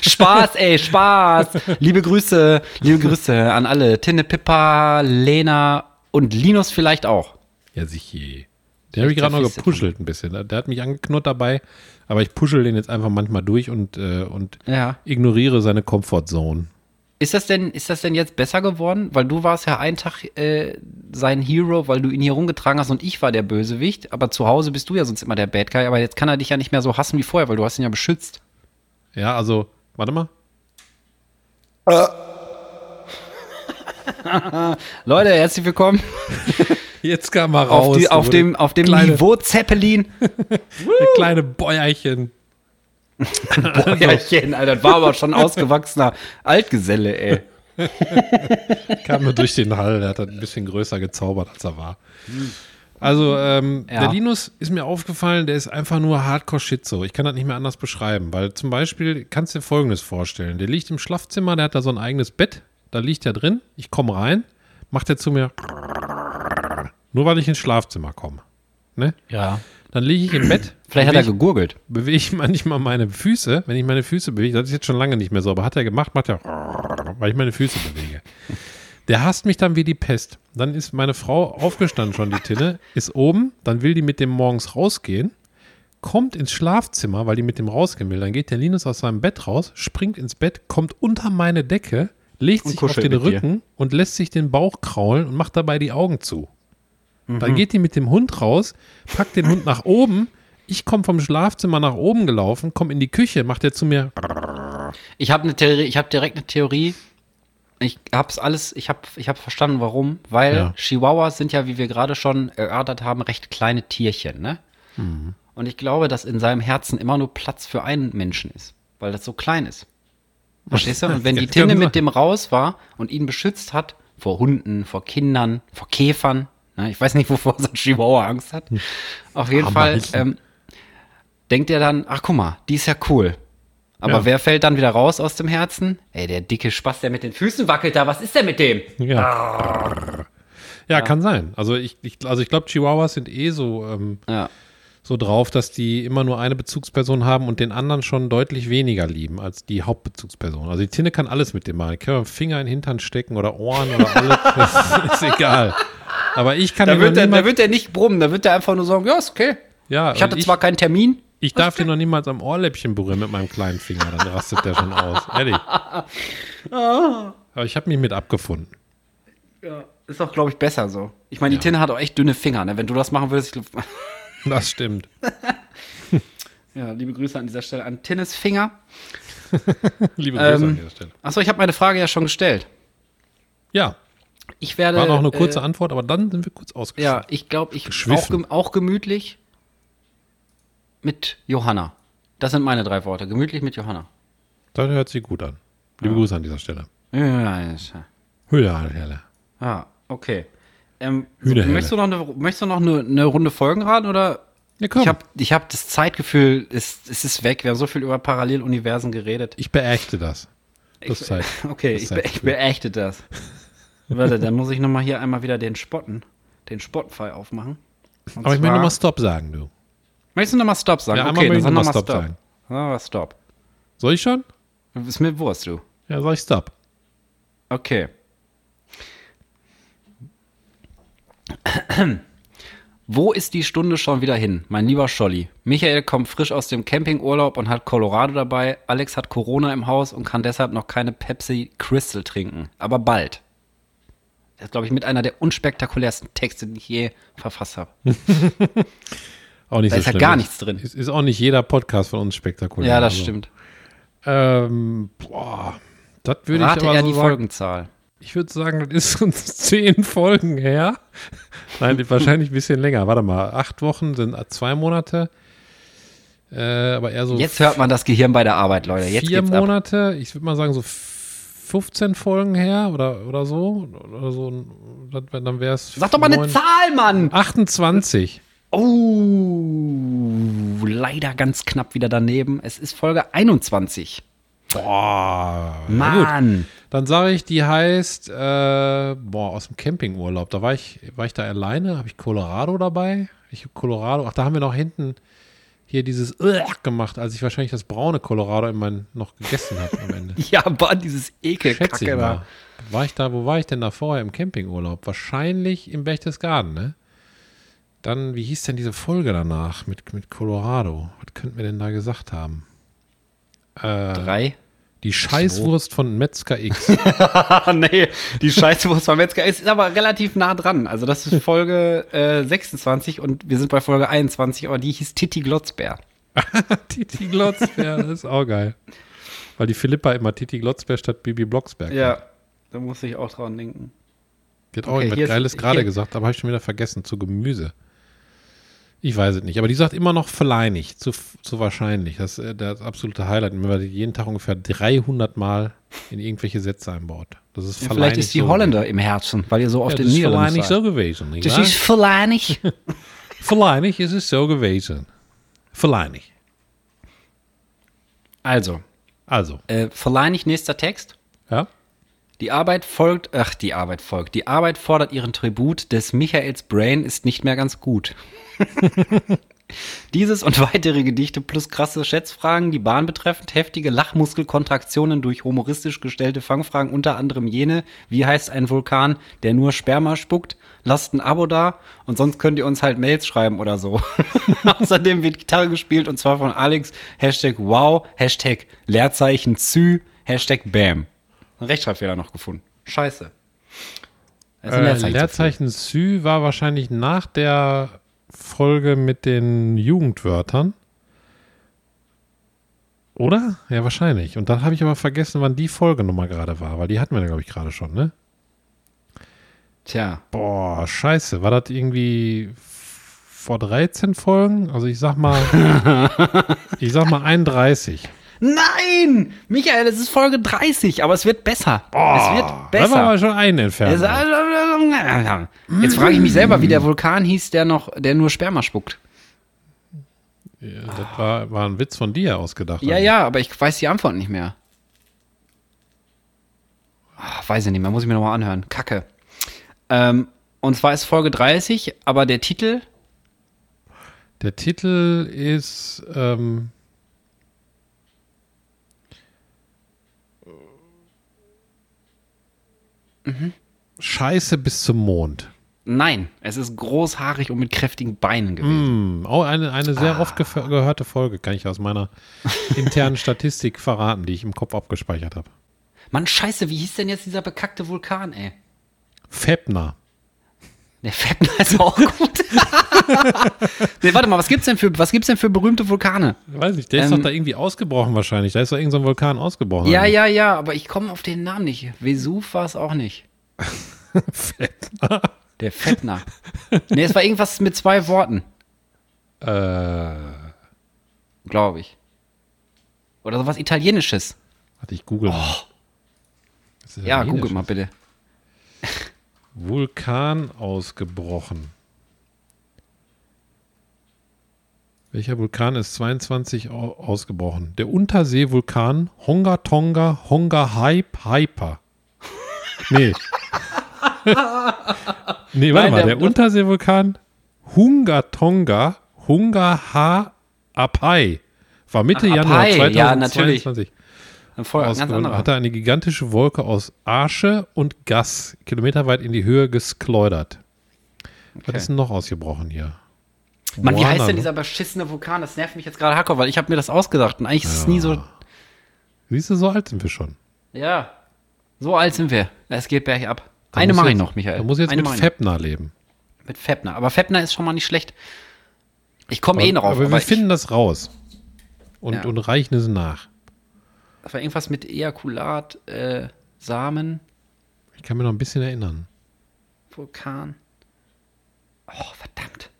Spaß, ey, Spaß. Liebe Grüße, liebe Grüße an alle. Tinne, Pippa, Lena und Linus vielleicht auch.
Ja, sich je. Den habe ich gerade noch
zerfließt der
gepuschelt ein bisschen. Der hat mich angeknurrt dabei, aber ich puschel den jetzt einfach manchmal durch und, äh, und
Ja.
ignoriere seine Comfortzone.
Ist das denn, ist das denn jetzt besser geworden? Weil du warst ja einen Tag äh, sein Hero, weil du ihn hier rumgetragen hast und ich war der Bösewicht. Aber zu Hause bist du ja sonst immer der Bad Guy. Aber jetzt kann er dich ja nicht mehr so hassen wie vorher, weil du hast ihn ja beschützt.
Ja, also, warte mal.
Leute, herzlich willkommen
Jetzt kam mal
auf,
raus.
die,
du
auf dem, auf dem
kleine-
Niveau Zeppelin.
kleine Bäuerchen.
Bäuerchen, [laughs] Alter, das war aber schon ein ausgewachsener Altgeselle, ey.
kam nur durch den Hall. Der hat das ein bisschen größer gezaubert, als er war. Also, ähm,
Ja.
der Linus ist mir aufgefallen, der ist einfach nur Hardcore-Schizo. Ich kann das nicht mehr anders beschreiben, weil zum Beispiel kannst du dir Folgendes vorstellen. Der liegt im Schlafzimmer, der hat da so ein eigenes Bett. Da liegt er drin. Ich komme rein, macht er zu mir. Nur weil ich ins Schlafzimmer komme. Ne?
Ja.
Dann liege ich im Bett.
[clears throat] Vielleicht hat er
bewege-
gegurgelt.
bewege ich [laughs] manchmal meine Füße, wenn ich meine Füße bewege, das ist jetzt schon lange nicht mehr so, aber hat er gemacht, macht er, weil ich meine Füße bewege. Der hasst mich dann wie die Pest. Dann ist meine Frau aufgestanden schon, die Tinne, ist oben, dann will die mit dem morgens rausgehen, kommt ins Schlafzimmer, weil die mit dem rausgehen will, dann geht der Linus aus seinem Bett raus, springt ins Bett, kommt unter meine Decke, legt
Und
sich auf
kuschelt
den
mit dir.
Rücken und lässt sich den Bauch kraulen und macht dabei die Augen zu.
Mhm.
Dann geht die mit dem Hund raus, packt den Hund nach oben. Ich komme vom Schlafzimmer nach oben gelaufen, komme in die Küche, macht er zu mir.
Ich habe eine Theorie, ich habe direkt eine Theorie. Ich hab's alles, ich hab, ich hab verstanden, warum. Weil
Ja.
Chihuahuas sind ja, wie wir gerade schon erörtert haben, recht kleine Tierchen, ne? Und ich glaube, dass in seinem Herzen immer nur Platz für einen Menschen ist, weil das so klein ist. Verstehst du? Und [laughs] wenn die
Das kann
Tinne
sein.
mit dem raus war und ihn beschützt hat vor Hunden, vor Kindern, vor Käfern, ne? ich weiß nicht, wovor [laughs] so ein Chihuahua Angst hat. Auf jeden Fall
Ameisen.
ähm, denkt er dann, ach guck mal, die ist ja cool. Aber
Ja.
wer fällt dann wieder raus aus dem Herzen? Ey, der dicke Spaß, der mit den Füßen wackelt da, was ist denn mit dem?
Ja, ja kann sein. Also ich, ich, also ich glaube, Chihuahuas sind eh so, ähm,
Ja.
so drauf, dass die immer nur eine Bezugsperson haben und den anderen schon deutlich weniger lieben als die Hauptbezugsperson. Also die Tinne kann alles mit dem machen. Ich kann einen Finger in den Hintern stecken oder Ohren
[laughs]
oder alles. das ist egal. Aber ich kann
Da
den
wird,
noch
der, da
niemals-
wird der nicht brummen, da wird der einfach nur sagen, ja, ist okay.
ja,
Ich hatte
und
zwar keinen Termin,
Ich darf den noch niemals am Ohrläppchen berühren mit meinem kleinen Finger, dann rastet der schon aus.
[laughs]
Ehrlich.
Ah.
Aber ich habe mich mit abgefunden.
ist doch, glaube ich, besser so. Ich meine, die Tinne hat auch echt dünne Finger, ne? Wenn du das machen würdest, ich glaub,
Das stimmt. [laughs]
ja, liebe Grüße an dieser Stelle an Tinnes Finger.
Liebe Grüße an
Ähm,
dieser Stelle.
Achso, ich habe meine Frage ja schon gestellt.
Ja,
Ich werde.
war noch eine kurze
äh,
Antwort, aber dann sind wir kurz
Ja,
ausgeschlossen.
ich glaube, ich auch,
Geschwiffen.
gem auch gemütlich mit Johanna. Das sind meine drei Worte. Gemütlich mit Johanna.
Dann hört sie gut an. Liebe Grüße an dieser Stelle.
Ja, ist ja-
Höhe an der Stelle.
Ah, okay. Ähm,
Hühnerherde.
möchtest du noch, eine, möchtest du noch eine, eine Runde Folgen raten oder?
Ja, komm.
Ich habe ich hab das Zeitgefühl, es, es ist weg. Wir haben so viel über Paralleluniversen geredet. [laughs]
Ich beächte das. Das
Ich-
Zeit.
[laughs] Okay,
das
ich, be
Zeitgefühl.
ich beächte das. Warte, dann muss ich nochmal hier einmal wieder den Spotten, den Spotify aufmachen. Und
Aber ich möchte
zwar-
nochmal Stop sagen, du.
Möchtest du nochmal Stop sagen?
Ja, einmal will ich
sag
noch mal
noch mal
Stop sagen.
Sag noch mal Stop.
Soll ich schon?
Ist mir Wurst, du.
Ja, sag ich Stop.
Okay. [clears throat] Wo ist die Stunde schon wieder hin, mein lieber Scholli? Michael kommt frisch aus dem Campingurlaub und hat Colorado dabei. Alex hat Corona im Haus und kann deshalb noch keine Pepsi Crystal trinken. Aber bald. Das ist, glaube ich, mit einer der unspektakulärsten Texte, die ich je verfasst habe.
Auch nicht
Da ist
so
ja
schlimm.
gar nichts drin.
Ist, ist auch nicht jeder Podcast von uns spektakulär.
Ja, das
Also,
stimmt.
Ähm, boah. Das würde ich
Rate
aber
er
so
die
sagen.
Folgenzahl.
ich würde sagen, das ist uns [laughs] zehn Folgen her. Nein, wahrscheinlich ein bisschen länger. Warte mal, acht Wochen sind zwei Monate. Äh, aber eher so
Jetzt hört man das Gehirn bei der Arbeit, Leute. Jetzt
vier
geht's ab.
Monate, ich würde mal sagen, so f- 15 Folgen her oder, oder so. Oder so dann dann wäre es.
Sag doch mal eine Zahl, Mann!
28.
Oh, leider ganz knapp wieder daneben. Es ist Folge 21.
Boah. na gut.
Mann!
Dann sage ich, die heißt, äh, boah, aus dem Campingurlaub. Da war ich, war ich da alleine, habe ich Colorado dabei. Ich habe Colorado, ach, da haben wir noch hinten hier dieses gemacht, als ich wahrscheinlich das braune Colorado in mein, noch gegessen habe am Ende.
Ja, Mann, dieses
Schätze ich
Ekelkacke da.
mal. War ich da, wo war ich denn da vorher im Campingurlaub? Wahrscheinlich im Berchtesgaden, ne? Dann, wie hieß denn diese Folge danach mit, mit Colorado? Was könnten wir denn da gesagt haben?
Drei. [laughs]
Die Scheißwurst von Metzger [laughs] X.
Ah, nee, die Scheißwurst vom Metzger ist aber relativ nah dran. Also das ist Folge äh, 26 und wir sind bei Folge 21, aber die hieß Titi Glotzbär.
Titi Glotzbär, das ist auch geil. Weil die Philippa immer Titi Glotzbär statt Bibi Blocksberg. nennt.
da muss ich auch dran denken.
Die hat auch
Okay, hier
irgendwas
ist-
Geiles gerade
hier-
gesagt, aber habe ich schon wieder vergessen, zu Gemüse. Ich weiß es nicht, aber die sagt immer noch verleinig, zu, zu wahrscheinlich. Das ist äh, das absolute Highlight, wenn man die jeden Tag ungefähr 300 Mal in irgendwelche Sätze einbaut. Das ist verleinig.
Vielleicht ist die
so
Holländer im Herzen, weil ihr so
gewesen.
oft
Ja,
in den
das ist
Niederlanden
verleinig
seid.
so gewesen. Nicht
Das
wahr?
ist
[laughs]
verleinig.
verleinig ist es so gewesen. Verleinig.
Also,
Also,
äh, verleinig nächster Text.
ja.
Die Arbeit folgt, ach, die Arbeit folgt. Die Arbeit fordert ihren Tribut, des Michaels Brain ist nicht mehr ganz gut. Dieses und [laughs] weitere Gedichte plus krasse Schätzfragen, die Bahn betreffend, heftige Lachmuskelkontraktionen durch humoristisch gestellte Fangfragen, unter anderem jene, wie heißt ein Vulkan, der nur Sperma spuckt, lasst ein Abo da und sonst könnt ihr uns halt Mails schreiben oder so. [laughs] Außerdem wird Gitarre gespielt und zwar von Alex, Hashtag wow, Hashtag Leerzeichen zü, Hashtag bam. Ein Rechtschreibfehler noch gefunden. Scheiße. Das ist ein
Äh,
Leerzeichen zu viel.
Leerzeichen Sü war wahrscheinlich nach der Folge mit den Jugendwörtern. Oder? Ja, wahrscheinlich. Und dann habe ich aber vergessen, wann die Folge nochmal gerade war, weil die hatten wir, ja, glaube ich, gerade schon, ne?
Tja.
Boah, scheiße. War das irgendwie vor 13 Folgen? Also ich
[laughs]
sag mal, ich sag mal 31.
Nein! Michael, es ist Folge 30, aber es wird besser.
Oh,
es wird
Da war
besser.
aber schon einen
Es-
entfernt.
Jetzt frage ich mich selber, wie der Vulkan hieß, der noch, der nur Sperma spuckt.
Ja, Das war, war ein Witz von dir ausgedacht.
Ja,
Also.
ja, aber ich weiß die Antwort nicht mehr. Ah, weiß ich nicht mehr, muss ich mir nochmal anhören. Kacke. Ähm, und zwar ist Folge 30, aber der Titel,
Der Titel ist ähm,
Mhm.
Scheiße bis zum Mond.
nein, es ist großhaarig und mit kräftigen Beinen gewesen.
Hm, oh, eine, eine
Ah.
sehr oft gef- gehörte Folge, kann ich
[laughs]
aus meiner internen Statistik verraten, die ich im Kopf abgespeichert habe.
Mann, scheiße, wie hieß denn jetzt dieser bekackte Vulkan, ey?
Febner.
Der Fetner ist auch gut. [laughs] nee, warte mal, was gibt's denn für, was gibt's denn für berühmte Vulkane?
Weiß nicht, der ist
Ähm,
doch da irgendwie ausgebrochen wahrscheinlich. Da ist doch irgendein so ein Vulkan ausgebrochen.
Ja,
[laughs]
ja, ja, aber ich komme auf den Namen nicht. Vesuv war es auch nicht. Der Fettner. Nee, es war irgendwas mit zwei Worten,
Äh,
glaube ich. Oder sowas Italienisches.
warte, ich google mal. Das ist
Oh. Ja,
Italienisch.
google mal bitte.
Vulkan ausgebrochen. Welcher Vulkan ist 22 au- ausgebrochen? Der Unterseevulkan Honga Tonga Honga Hype Hyper.
[laughs]
Nee. nee,
Nein,
warte mal.
der-
Der Unterseevulkan Hunga Tonga Hunga Ha Apai war Mitte
Ah,
Januar
Apai, ja, natürlich.
2022
Ein voll, ein ganz
ausgeholt und
anderer.
hat er eine gigantische Wolke aus Arsche und Gas kilometerweit in die Höhe geskleudert. Was ist denn noch ausgebrochen hier?
Mann, wie
Moana,
heißt denn
ne?
dieser beschissene Vulkan? Das nervt mich jetzt gerade hardcore, weil ich habe mir das ausgedacht und eigentlich ist es nie so.
Siehst du, so alt sind wir schon.
Ja. So alt sind wir. Es geht bergab.
Da
Eine
muss
mache ich
jetzt-
noch, Michael.
Da muss jetzt
Eine
mit
mach ich noch.
Fepner leben.
Mit Febner. Aber Febner ist schon mal nicht schlecht. Ich komme eh noch auf.
aber wir
aber ich-
finden das raus. Und,
Ja.
und reichen es nach.
das war irgendwas mit Ejakulat, äh, Samen.
Ich Ich kann mir noch ein bisschen erinnern.
Vulkan. Oh, verdammt.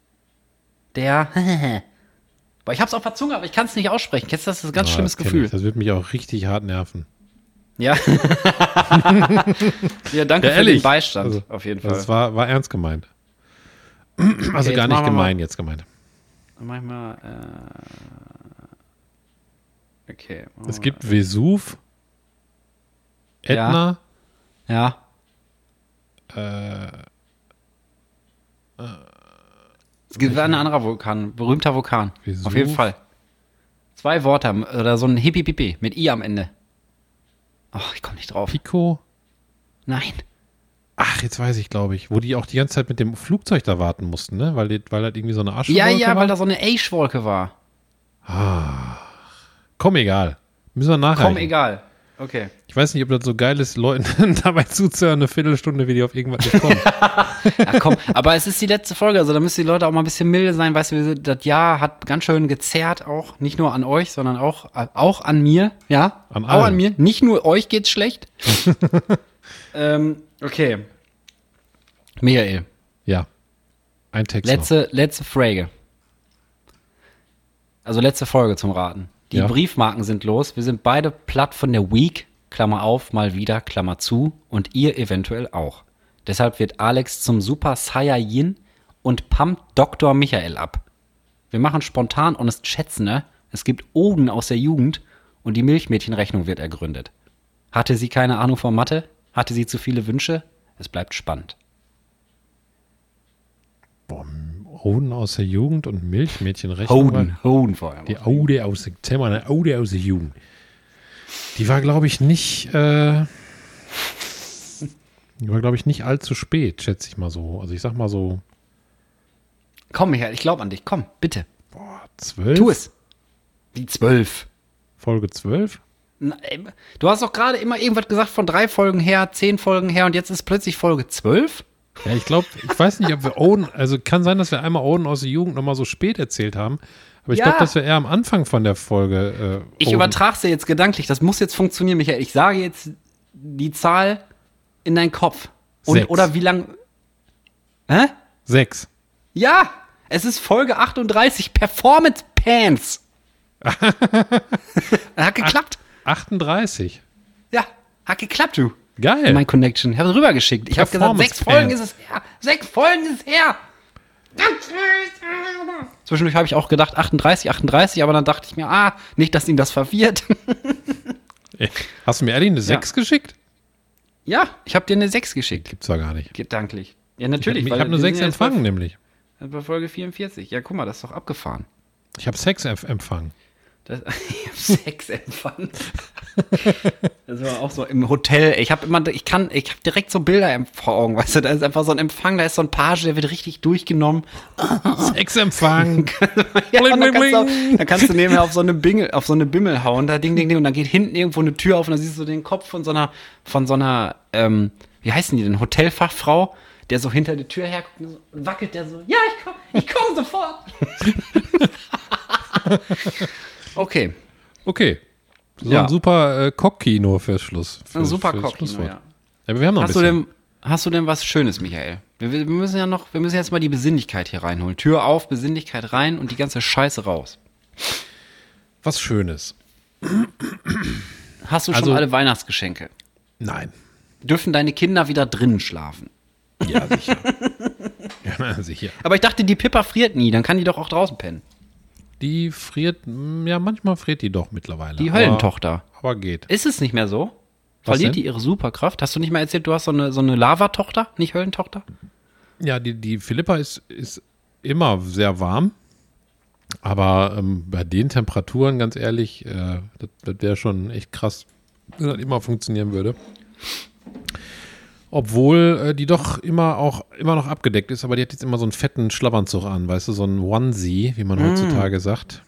[laughs]
Der. Boah, ich hab's auf der Zunge, aber ich kann's nicht aussprechen. Kennst du das? Das ist ein ganz
Ah,
schlimmes
das kenn
Gefühl.
Ich. Das wird mich auch richtig hart nerven. [laughs]
Ja. ja, danke
Ja,
für
ehrlich.
den Beistand.
Also,
auf jeden Fall.
Das war, war ernst gemeint. Also
jetzt
gar
machen
nicht
wir mal-
gemein jetzt gemeint.
Manchmal. Äh, okay. machen
Es
wir
gibt Vesuv, Ätna,
mal. Ja. Es gibt ein anderer Vulkan, berühmter Vulkan.
Vesuv?
Auf jeden Fall. Zwei Worte am- oder so ein Hippie Pipi mit I am Ende. Ach, ich komme nicht drauf.
Pico.
Nein.
Ach, jetzt weiß ich, glaube ich, wo die auch die ganze Zeit mit dem Flugzeug da warten mussten, ne? Weil, die- weil halt irgendwie so eine Asche
Ja, ja,
war.
weil da so eine Age-Wolke war.
Komm, egal. Müssen wir nachher.
Komm, egal. Okay.
Ich weiß nicht, ob das so geil ist, Leuten [laughs] dabei zuzuhören, eine Viertelstunde, wie die auf irgendwas nicht
[laughs]
kommen.
Ja, komm, aber es ist die letzte Folge, also da müssen die Leute auch mal ein bisschen milde sein. Weißt du, wir sind- das Jahr hat ganz schön gezerrt auch, nicht nur an euch, sondern auch, auch an mir, ja?
An
auch an
allen.
mir. Nicht nur euch geht's schlecht. ähm, okay. Michael,
ja. Ein Text.
letzte, letzte Frage. Also letzte Folge zum Raten. Die
Ja.
Briefmarken sind los. Wir sind beide platt von der Week, Klammer auf, mal wieder, Klammer zu. Und ihr eventuell auch. Deshalb wird Alex zum Super Saiyajin und pumpt Dr. Michael ab. Wir machen spontan und es schätzen, ne? Es gibt Oden aus der Jugend und die Milchmädchenrechnung wird ergründet. Hatte sie keine Ahnung von Mathe? Hatte sie zu viele Wünsche? Es bleibt spannend.
noch. Hoden aus der Jugend und Milchmädchenrechnung.
Hoden, Hoden vor allem.
Die Aude aus der, erzähl mal, eine Aude aus der Jugend. Die war, glaube ich, nicht, äh, die war, glaube ich, nicht allzu spät, schätze ich mal so. Also ich sag mal so,
Komm, Michael, ich glaube an dich. Komm, bitte.
boah, zwölf?
Tu es. Die zwölf.
Folge zwölf?
Na, ey, Du hast doch gerade immer irgendwas gesagt von drei Folgen her, zehn Folgen her und jetzt ist plötzlich Folge zwölf?
Ja, ich glaube, ich weiß nicht, ob wir Owen, also kann sein, dass wir einmal Owen aus der Jugend nochmal so spät erzählt haben. Aber ich
Ja.
glaube, dass wir eher am Anfang von der Folge. Äh,
Ich
Oden-
übertrage sie jetzt gedanklich. Das muss jetzt funktionieren, Michael. Ich sage jetzt die Zahl in deinen Kopf. Und,
Sechs.
oder wie lang. Hä?
Sechs.
Ja! Es ist Folge 38. Performance [laughs] Pants. hat geklappt.
38.
Ja, hat geklappt, du.
Geil.
Oh Mein Connection. Ich habe rübergeschickt. Ich habe gesagt,
Performance
sechs Folgen
Pants.
ist es her. Sechs Folgen ist es her. Zwischendurch habe ich auch gedacht 38, 38, aber dann dachte ich mir, ah, nicht, dass ihn das verwirrt. [laughs]
Ey, Hast du mir ehrlich eine sechs geschickt?
ja, ich habe dir eine 6 geschickt,
Gibt's ja gar nicht.
gedanklich. Ja, natürlich.
ich
weil
habe nur
wir
sechs
sind ja jetzt bei-
empfangen, nämlich.
Bei Folge 44. Ja, guck mal, das ist doch abgefahren.
Ich habe sechs F-
[laughs]
empfangen.
Das, ich hab Sex
[laughs]
empfangen. Das war auch so im Hotel. Ich habe immer, ich kann, ich habe direkt so Bilder im- vor Augen, weißt du, da ist einfach so ein Empfang, da ist so ein Page, der wird richtig durchgenommen. Oh.
Sechs empfangen.
Ja,
Bling,
und dann,
bling,
kannst du,
bling.
auf- dann kannst du nebenher auf so eine Bingel, auf so eine Bimmel hauen, da ding, ding, ding, und dann geht hinten irgendwo eine Tür auf und dann siehst du den Kopf von so einer, von so einer, ähm, wie heißen die denn, Hotelfachfrau, der so hinter die Tür herguckt und so- und wackelt der so, ja, ich komm, ich komm sofort. [laughs] okay,
Okay. So
Ja.
ein super äh, Cockkino fürs Schluss. Für,
ein super
fürs
Cock.
Schlusswort.
Ja.
Aber wir haben noch
Hast du
ein bisschen.
denn, hast du denn was Schönes, Michael? Wir, wir müssen ja noch, wir müssen jetzt mal die Besinnlichkeit hier reinholen. Tür auf, Besinnlichkeit rein und die ganze Scheiße raus.
was Schönes?
Hast du schon
Also-
alle Weihnachtsgeschenke?
Nein.
Dürfen deine Kinder wieder drinnen schlafen?
Ja,
[laughs]
sicher. ja, na, sicher.
Aber ich dachte, die Pippa friert nie, dann kann die doch auch draußen pennen.
Die friert, mm, ja, manchmal friert die doch mittlerweile.
Die
Aber-
Höllentochter.
Aber geht.
Ist es nicht mehr so?
Was
Verliert
denn?
die ihre Superkraft? Hast du nicht mal erzählt, du hast so eine, so eine Lavatochter, nicht Höllentochter?
Ja, die, die Philippa ist, ist immer sehr warm. Aber ähm, bei den Temperaturen, ganz ehrlich, äh, das, das wäre schon echt krass, wenn das immer funktionieren würde. Obwohl äh, die doch immer auch immer noch abgedeckt ist, aber die hat jetzt immer so einen fetten Schlabbernzug an, weißt du, so einen Onesie, wie man
Mm.
heutzutage sagt.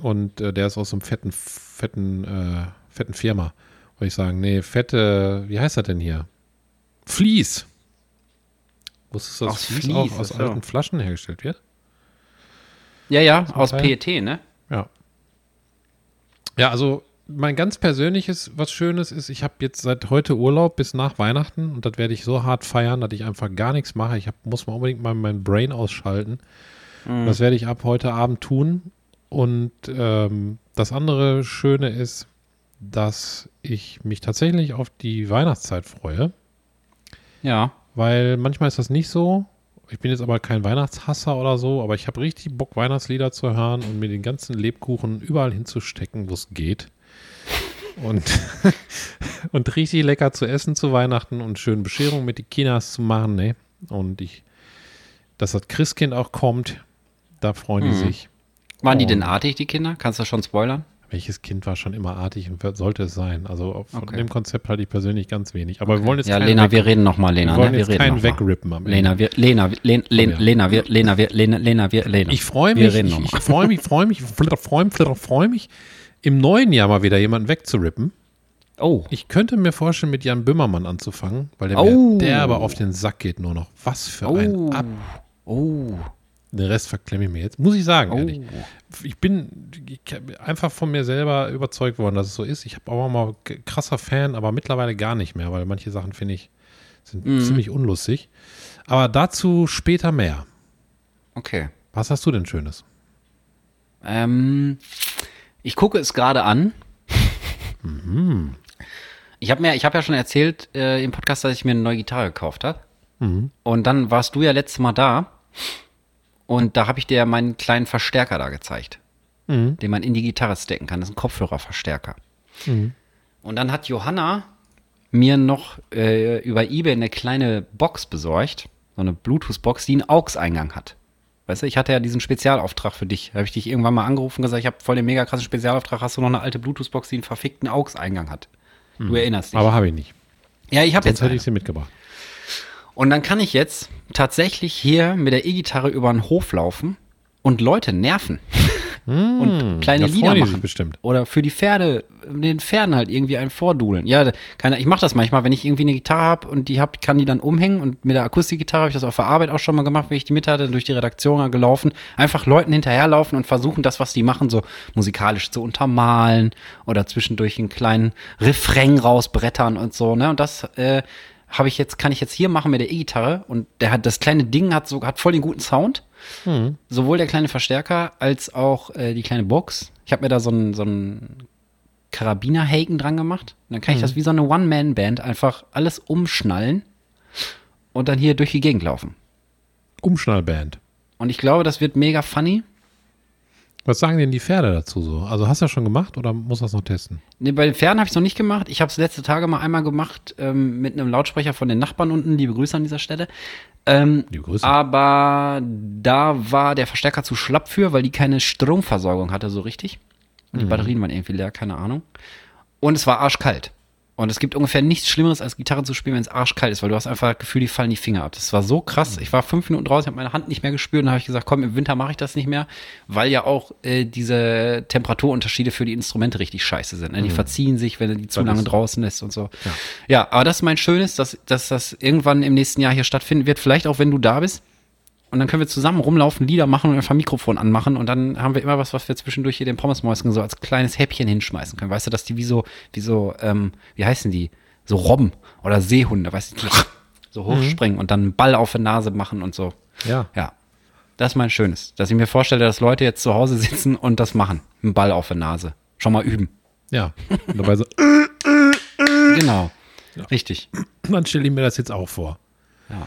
Und äh, der ist aus so einem fetten, fetten, äh, fetten Firma. Wollte ich sagen, nee, fette, wie heißt das denn hier? Vlies. Wusstest du, dass
Aus
Vlies
Vlies,
auch aus
ach so.
alten Flaschen hergestellt wird?
Ja, ja, aus E
Teil?
PET, ne?
Ja. Ja, also mein ganz persönliches, was Schönes ist, ich habe jetzt seit heute Urlaub bis nach Weihnachten und das werde ich so hart feiern, dass ich einfach gar nichts mache. Ich hab, muss mal unbedingt mal mein Brain ausschalten. Das werde ich ab heute Abend tun. Und ähm, das andere Schöne ist, dass ich mich tatsächlich auf die Weihnachtszeit freue,
Ja.
weil manchmal ist das nicht so. Ich bin jetzt aber kein Weihnachtshasser oder so, aber ich habe richtig Bock, Weihnachtslieder zu hören und mir den ganzen Lebkuchen überall hinzustecken, wo es geht. Und, [laughs] und richtig lecker zu essen zu Weihnachten und schön Bescherung mit den Chinas zu machen, ne? Und ich, dass das Christkind auch kommt, da freuen die sich.
Waren die
Oh.
denn artig, die Kinder? Kannst du schon spoilern?
Welches Kind war schon immer artig und wer- sollte es sein? Also von
Okay.
dem Konzept halte ich persönlich ganz wenig. Aber wir wollen jetzt
Ja,
keinen
Lena,
weg-
wir reden nochmal, Lena.
wir wollen
ne?
jetzt
wir reden
keinen
noch mal.
wegrippen am Ende.
Lena, wir, Lena, wir, Len, Len,
Komm her.
Lena, wir, Lena, wir, Lena, Lena, wir, Lena.
Ich freue
Wir
mich,
reden
ich,
nochmal.
ich freue mich, freue mich, flitter, freue mich, flitter, freue mich, im neuen Jahr mal wieder jemanden wegzurippen.
Oh,
Ich könnte mir vorstellen, mit Jan Böhmermann anzufangen, weil der
Oh.
mir derbe auf den Sack geht nur noch. Was für ein Ab.
oh.
Den Rest verklemme ich mir jetzt. Muss ich sagen,
Oh.
ehrlich. Ich bin ich, einfach von mir selber überzeugt worden, dass es so ist. Ich habe auch mal k- krasser Fan, aber mittlerweile gar nicht mehr, weil manche Sachen finde ich sind
Mhm.
ziemlich unlustig. Aber dazu später mehr.
Okay.
Was hast du denn Schönes?
Ähm, ich gucke es gerade an. Ich habe mir, ich habe ja schon erzählt äh, im Podcast, dass ich mir eine neue Gitarre gekauft habe. Und dann warst du ja letztes Mal da. Und da habe ich dir ja meinen kleinen Verstärker da gezeigt, den man in die Gitarre stecken kann. Das ist ein Kopfhörerverstärker. Und dann hat Johanna mir noch äh, über eBay eine kleine Box besorgt, so eine Bluetooth-Box, die einen AUX-Eingang hat. Weißt du, ich hatte ja diesen Spezialauftrag für dich. Da habe ich dich irgendwann mal angerufen und gesagt, ich habe voll den mega krassen Spezialauftrag. Hast du noch eine alte Bluetooth-Box, die einen verfickten AUX-Eingang hat? Du erinnerst dich.
Aber habe ich nicht.
ja, ich habe
Sonst
jetzt.
hätte
Eine.
ich sie mitgebracht.
Und dann kann ich jetzt tatsächlich hier mit der E-Gitarre über den Hof laufen und Leute nerven. und kleine
Hm, da freuen
Lieder
die sich
machen.
bestimmt.
Oder für die Pferde, den Pferden halt irgendwie ein Vordudeln. Ja, keine, ich mache das manchmal, wenn ich irgendwie eine Gitarre habe und die hab, kann die dann umhängen und mit der Akustikgitarre habe ich das auf der Arbeit auch schon mal gemacht, wenn ich die mit hatte, durch die Redaktion gelaufen. Einfach Leuten hinterherlaufen und versuchen, das, was die machen, so musikalisch zu untermalen oder zwischendurch einen kleinen Refrain rausbrettern und so, ne? Und das, äh, habe ich jetzt, kann ich jetzt hier machen mit der E-Gitarre und der hat, das kleine Ding hat so, hat voll den guten Sound sowohl der kleine Verstärker als auch äh, die kleine Box. Ich habe mir da so einen so einen Karabinerhaken dran gemacht. Und dann kann ich
Mhm.
das wie so eine One-Man-Band einfach alles umschnallen und dann hier durch die Gegend laufen.
Umschnallband.
Und ich glaube, das wird mega funny.
Was sagen denn die Pferde dazu so? Also hast du das schon gemacht oder muss das noch testen?
Nee, bei den Pferden habe ich es noch nicht gemacht. Ich habe es letzte Tage mal einmal gemacht ähm, mit einem Lautsprecher von den Nachbarn unten. Liebe Grüße an dieser Stelle. Ähm,
Liebe Grüße.
aber da war der Verstärker zu schlapp für, weil die keine Stromversorgung hatte so richtig. Und
Mhm.
die Batterien waren irgendwie leer, keine Ahnung. Und es war arschkalt. Und es gibt ungefähr nichts Schlimmeres, als Gitarre zu spielen, wenn es arschkalt ist, weil du hast einfach das Gefühl, die fallen die Finger ab. Das war so krass. Ich war fünf Minuten draußen, habe meine Hand nicht mehr gespürt und habe ich gesagt, komm, im Winter mache ich das nicht mehr, weil ja auch äh, diese Temperaturunterschiede für die Instrumente richtig scheiße sind. Ne? Die verziehen sich, wenn du die zu
Das
lange
ist so.
draußen lässt und so. Ja. aber das ist mein Schönes, dass, dass das irgendwann im nächsten Jahr hier stattfinden wird. Vielleicht auch, wenn du da bist. Und dann können wir zusammen rumlaufen, Lieder machen und einfach Mikrofon anmachen. Und dann haben wir immer was, was wir zwischendurch hier den Pommesmäuschen so als kleines Häppchen hinschmeißen können. Weißt du, dass die wie so, wie so, ähm, wie heißen die? So Robben oder Seehunde, weißt du, die [laughs] so hochspringen und dann einen Ball auf die Nase machen und so.
Ja.
Ja. Das ist mein Schönes. Dass ich mir vorstelle, dass Leute jetzt zu Hause sitzen und das machen. Einen Ball auf die Nase. Schon mal üben.
Ja. Und
[laughs]
dabei so,
Genau. Richtig.
dann stelle ich mir das jetzt auch vor.
Ja.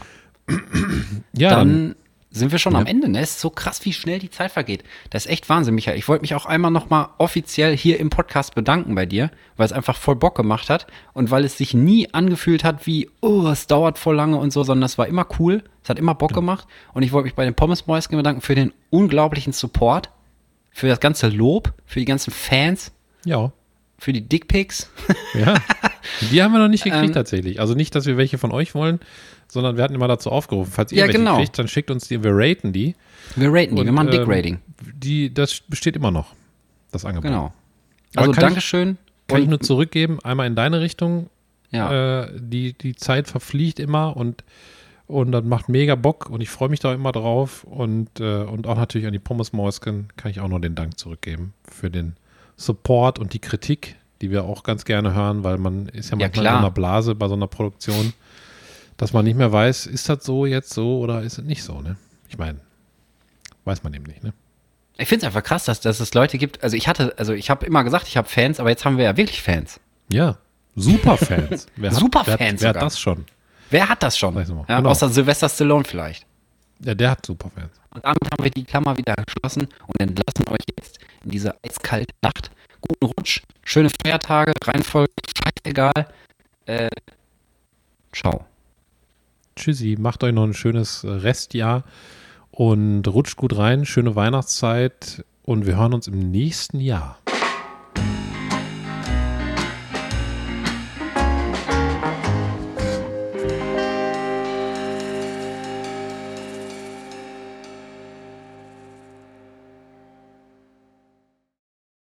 Ja, dann,
dann Ähm, sind wir schon am Ende. Ne? Es ist so krass, wie schnell die Zeit vergeht. Das ist echt Wahnsinn, Michael. Ich wollte mich auch einmal nochmal offiziell hier im Podcast bedanken bei dir, weil es einfach voll Bock gemacht hat und weil es sich nie angefühlt hat wie, oh, es dauert voll lange und so, sondern es war immer cool. Es hat immer Bock gemacht. Und ich wollte mich bei den Pommesmäuschen bedanken für den unglaublichen Support, für das ganze Lob, für die ganzen Fans,
ja.
für die Dickpics.
Ja. Die haben wir noch nicht gekriegt
Ähm.
tatsächlich. Also nicht, dass wir welche von euch wollen, sondern wir hatten immer dazu aufgerufen. Falls ihr
Ja,
welche
genau.
kriegt, dann schickt uns die, wir raten die.
Wir raten die, wir machen
ähm,
Dick-Rating.
Die, das besteht immer noch, das Angebot.
Genau.
Aber
Also
kann ich-
Dankeschön.
Kann ich
und-
nur zurückgeben, einmal in deine Richtung.
ja.
Äh, die, die Zeit verfliegt immer und, und das macht mega Bock und ich freue mich da immer drauf. Und, äh, und auch natürlich an die Pommes Mäuschen kann ich auch nur den Dank zurückgeben für den Support und die Kritik, die wir auch ganz gerne hören, weil man ist ja manchmal in
klar.
so einer Blase bei so einer Produktion, dass man nicht mehr weiß, ist das so jetzt so oder ist es nicht so, ne? Ich meine, weiß man eben nicht, ne?
Ich finde es einfach krass, dass, dass es Leute gibt. Also ich hatte, also ich habe immer gesagt, ich habe Fans, aber jetzt haben wir ja wirklich Fans.
Ja,
[laughs]
Superfans. Wer hat-
Superfans
Wer, hat- wer hat
sogar.
das schon?
Wer hat das schon?
Weiß ich mal.
Ja,
Genau.
Außer Sylvester Stallone vielleicht.
Ja, der hat Superfans.
Und damit haben wir die Klammer wieder geschlossen und entlassen euch jetzt in diese eiskalte Nacht. Guten Rutsch, schöne Feiertage, Reihenfolge, scheißegal. Äh, ciao.
Tschüssi, macht euch noch ein schönes äh, Restjahr und rutscht gut rein, schöne Weihnachtszeit und wir hören uns im nächsten Jahr.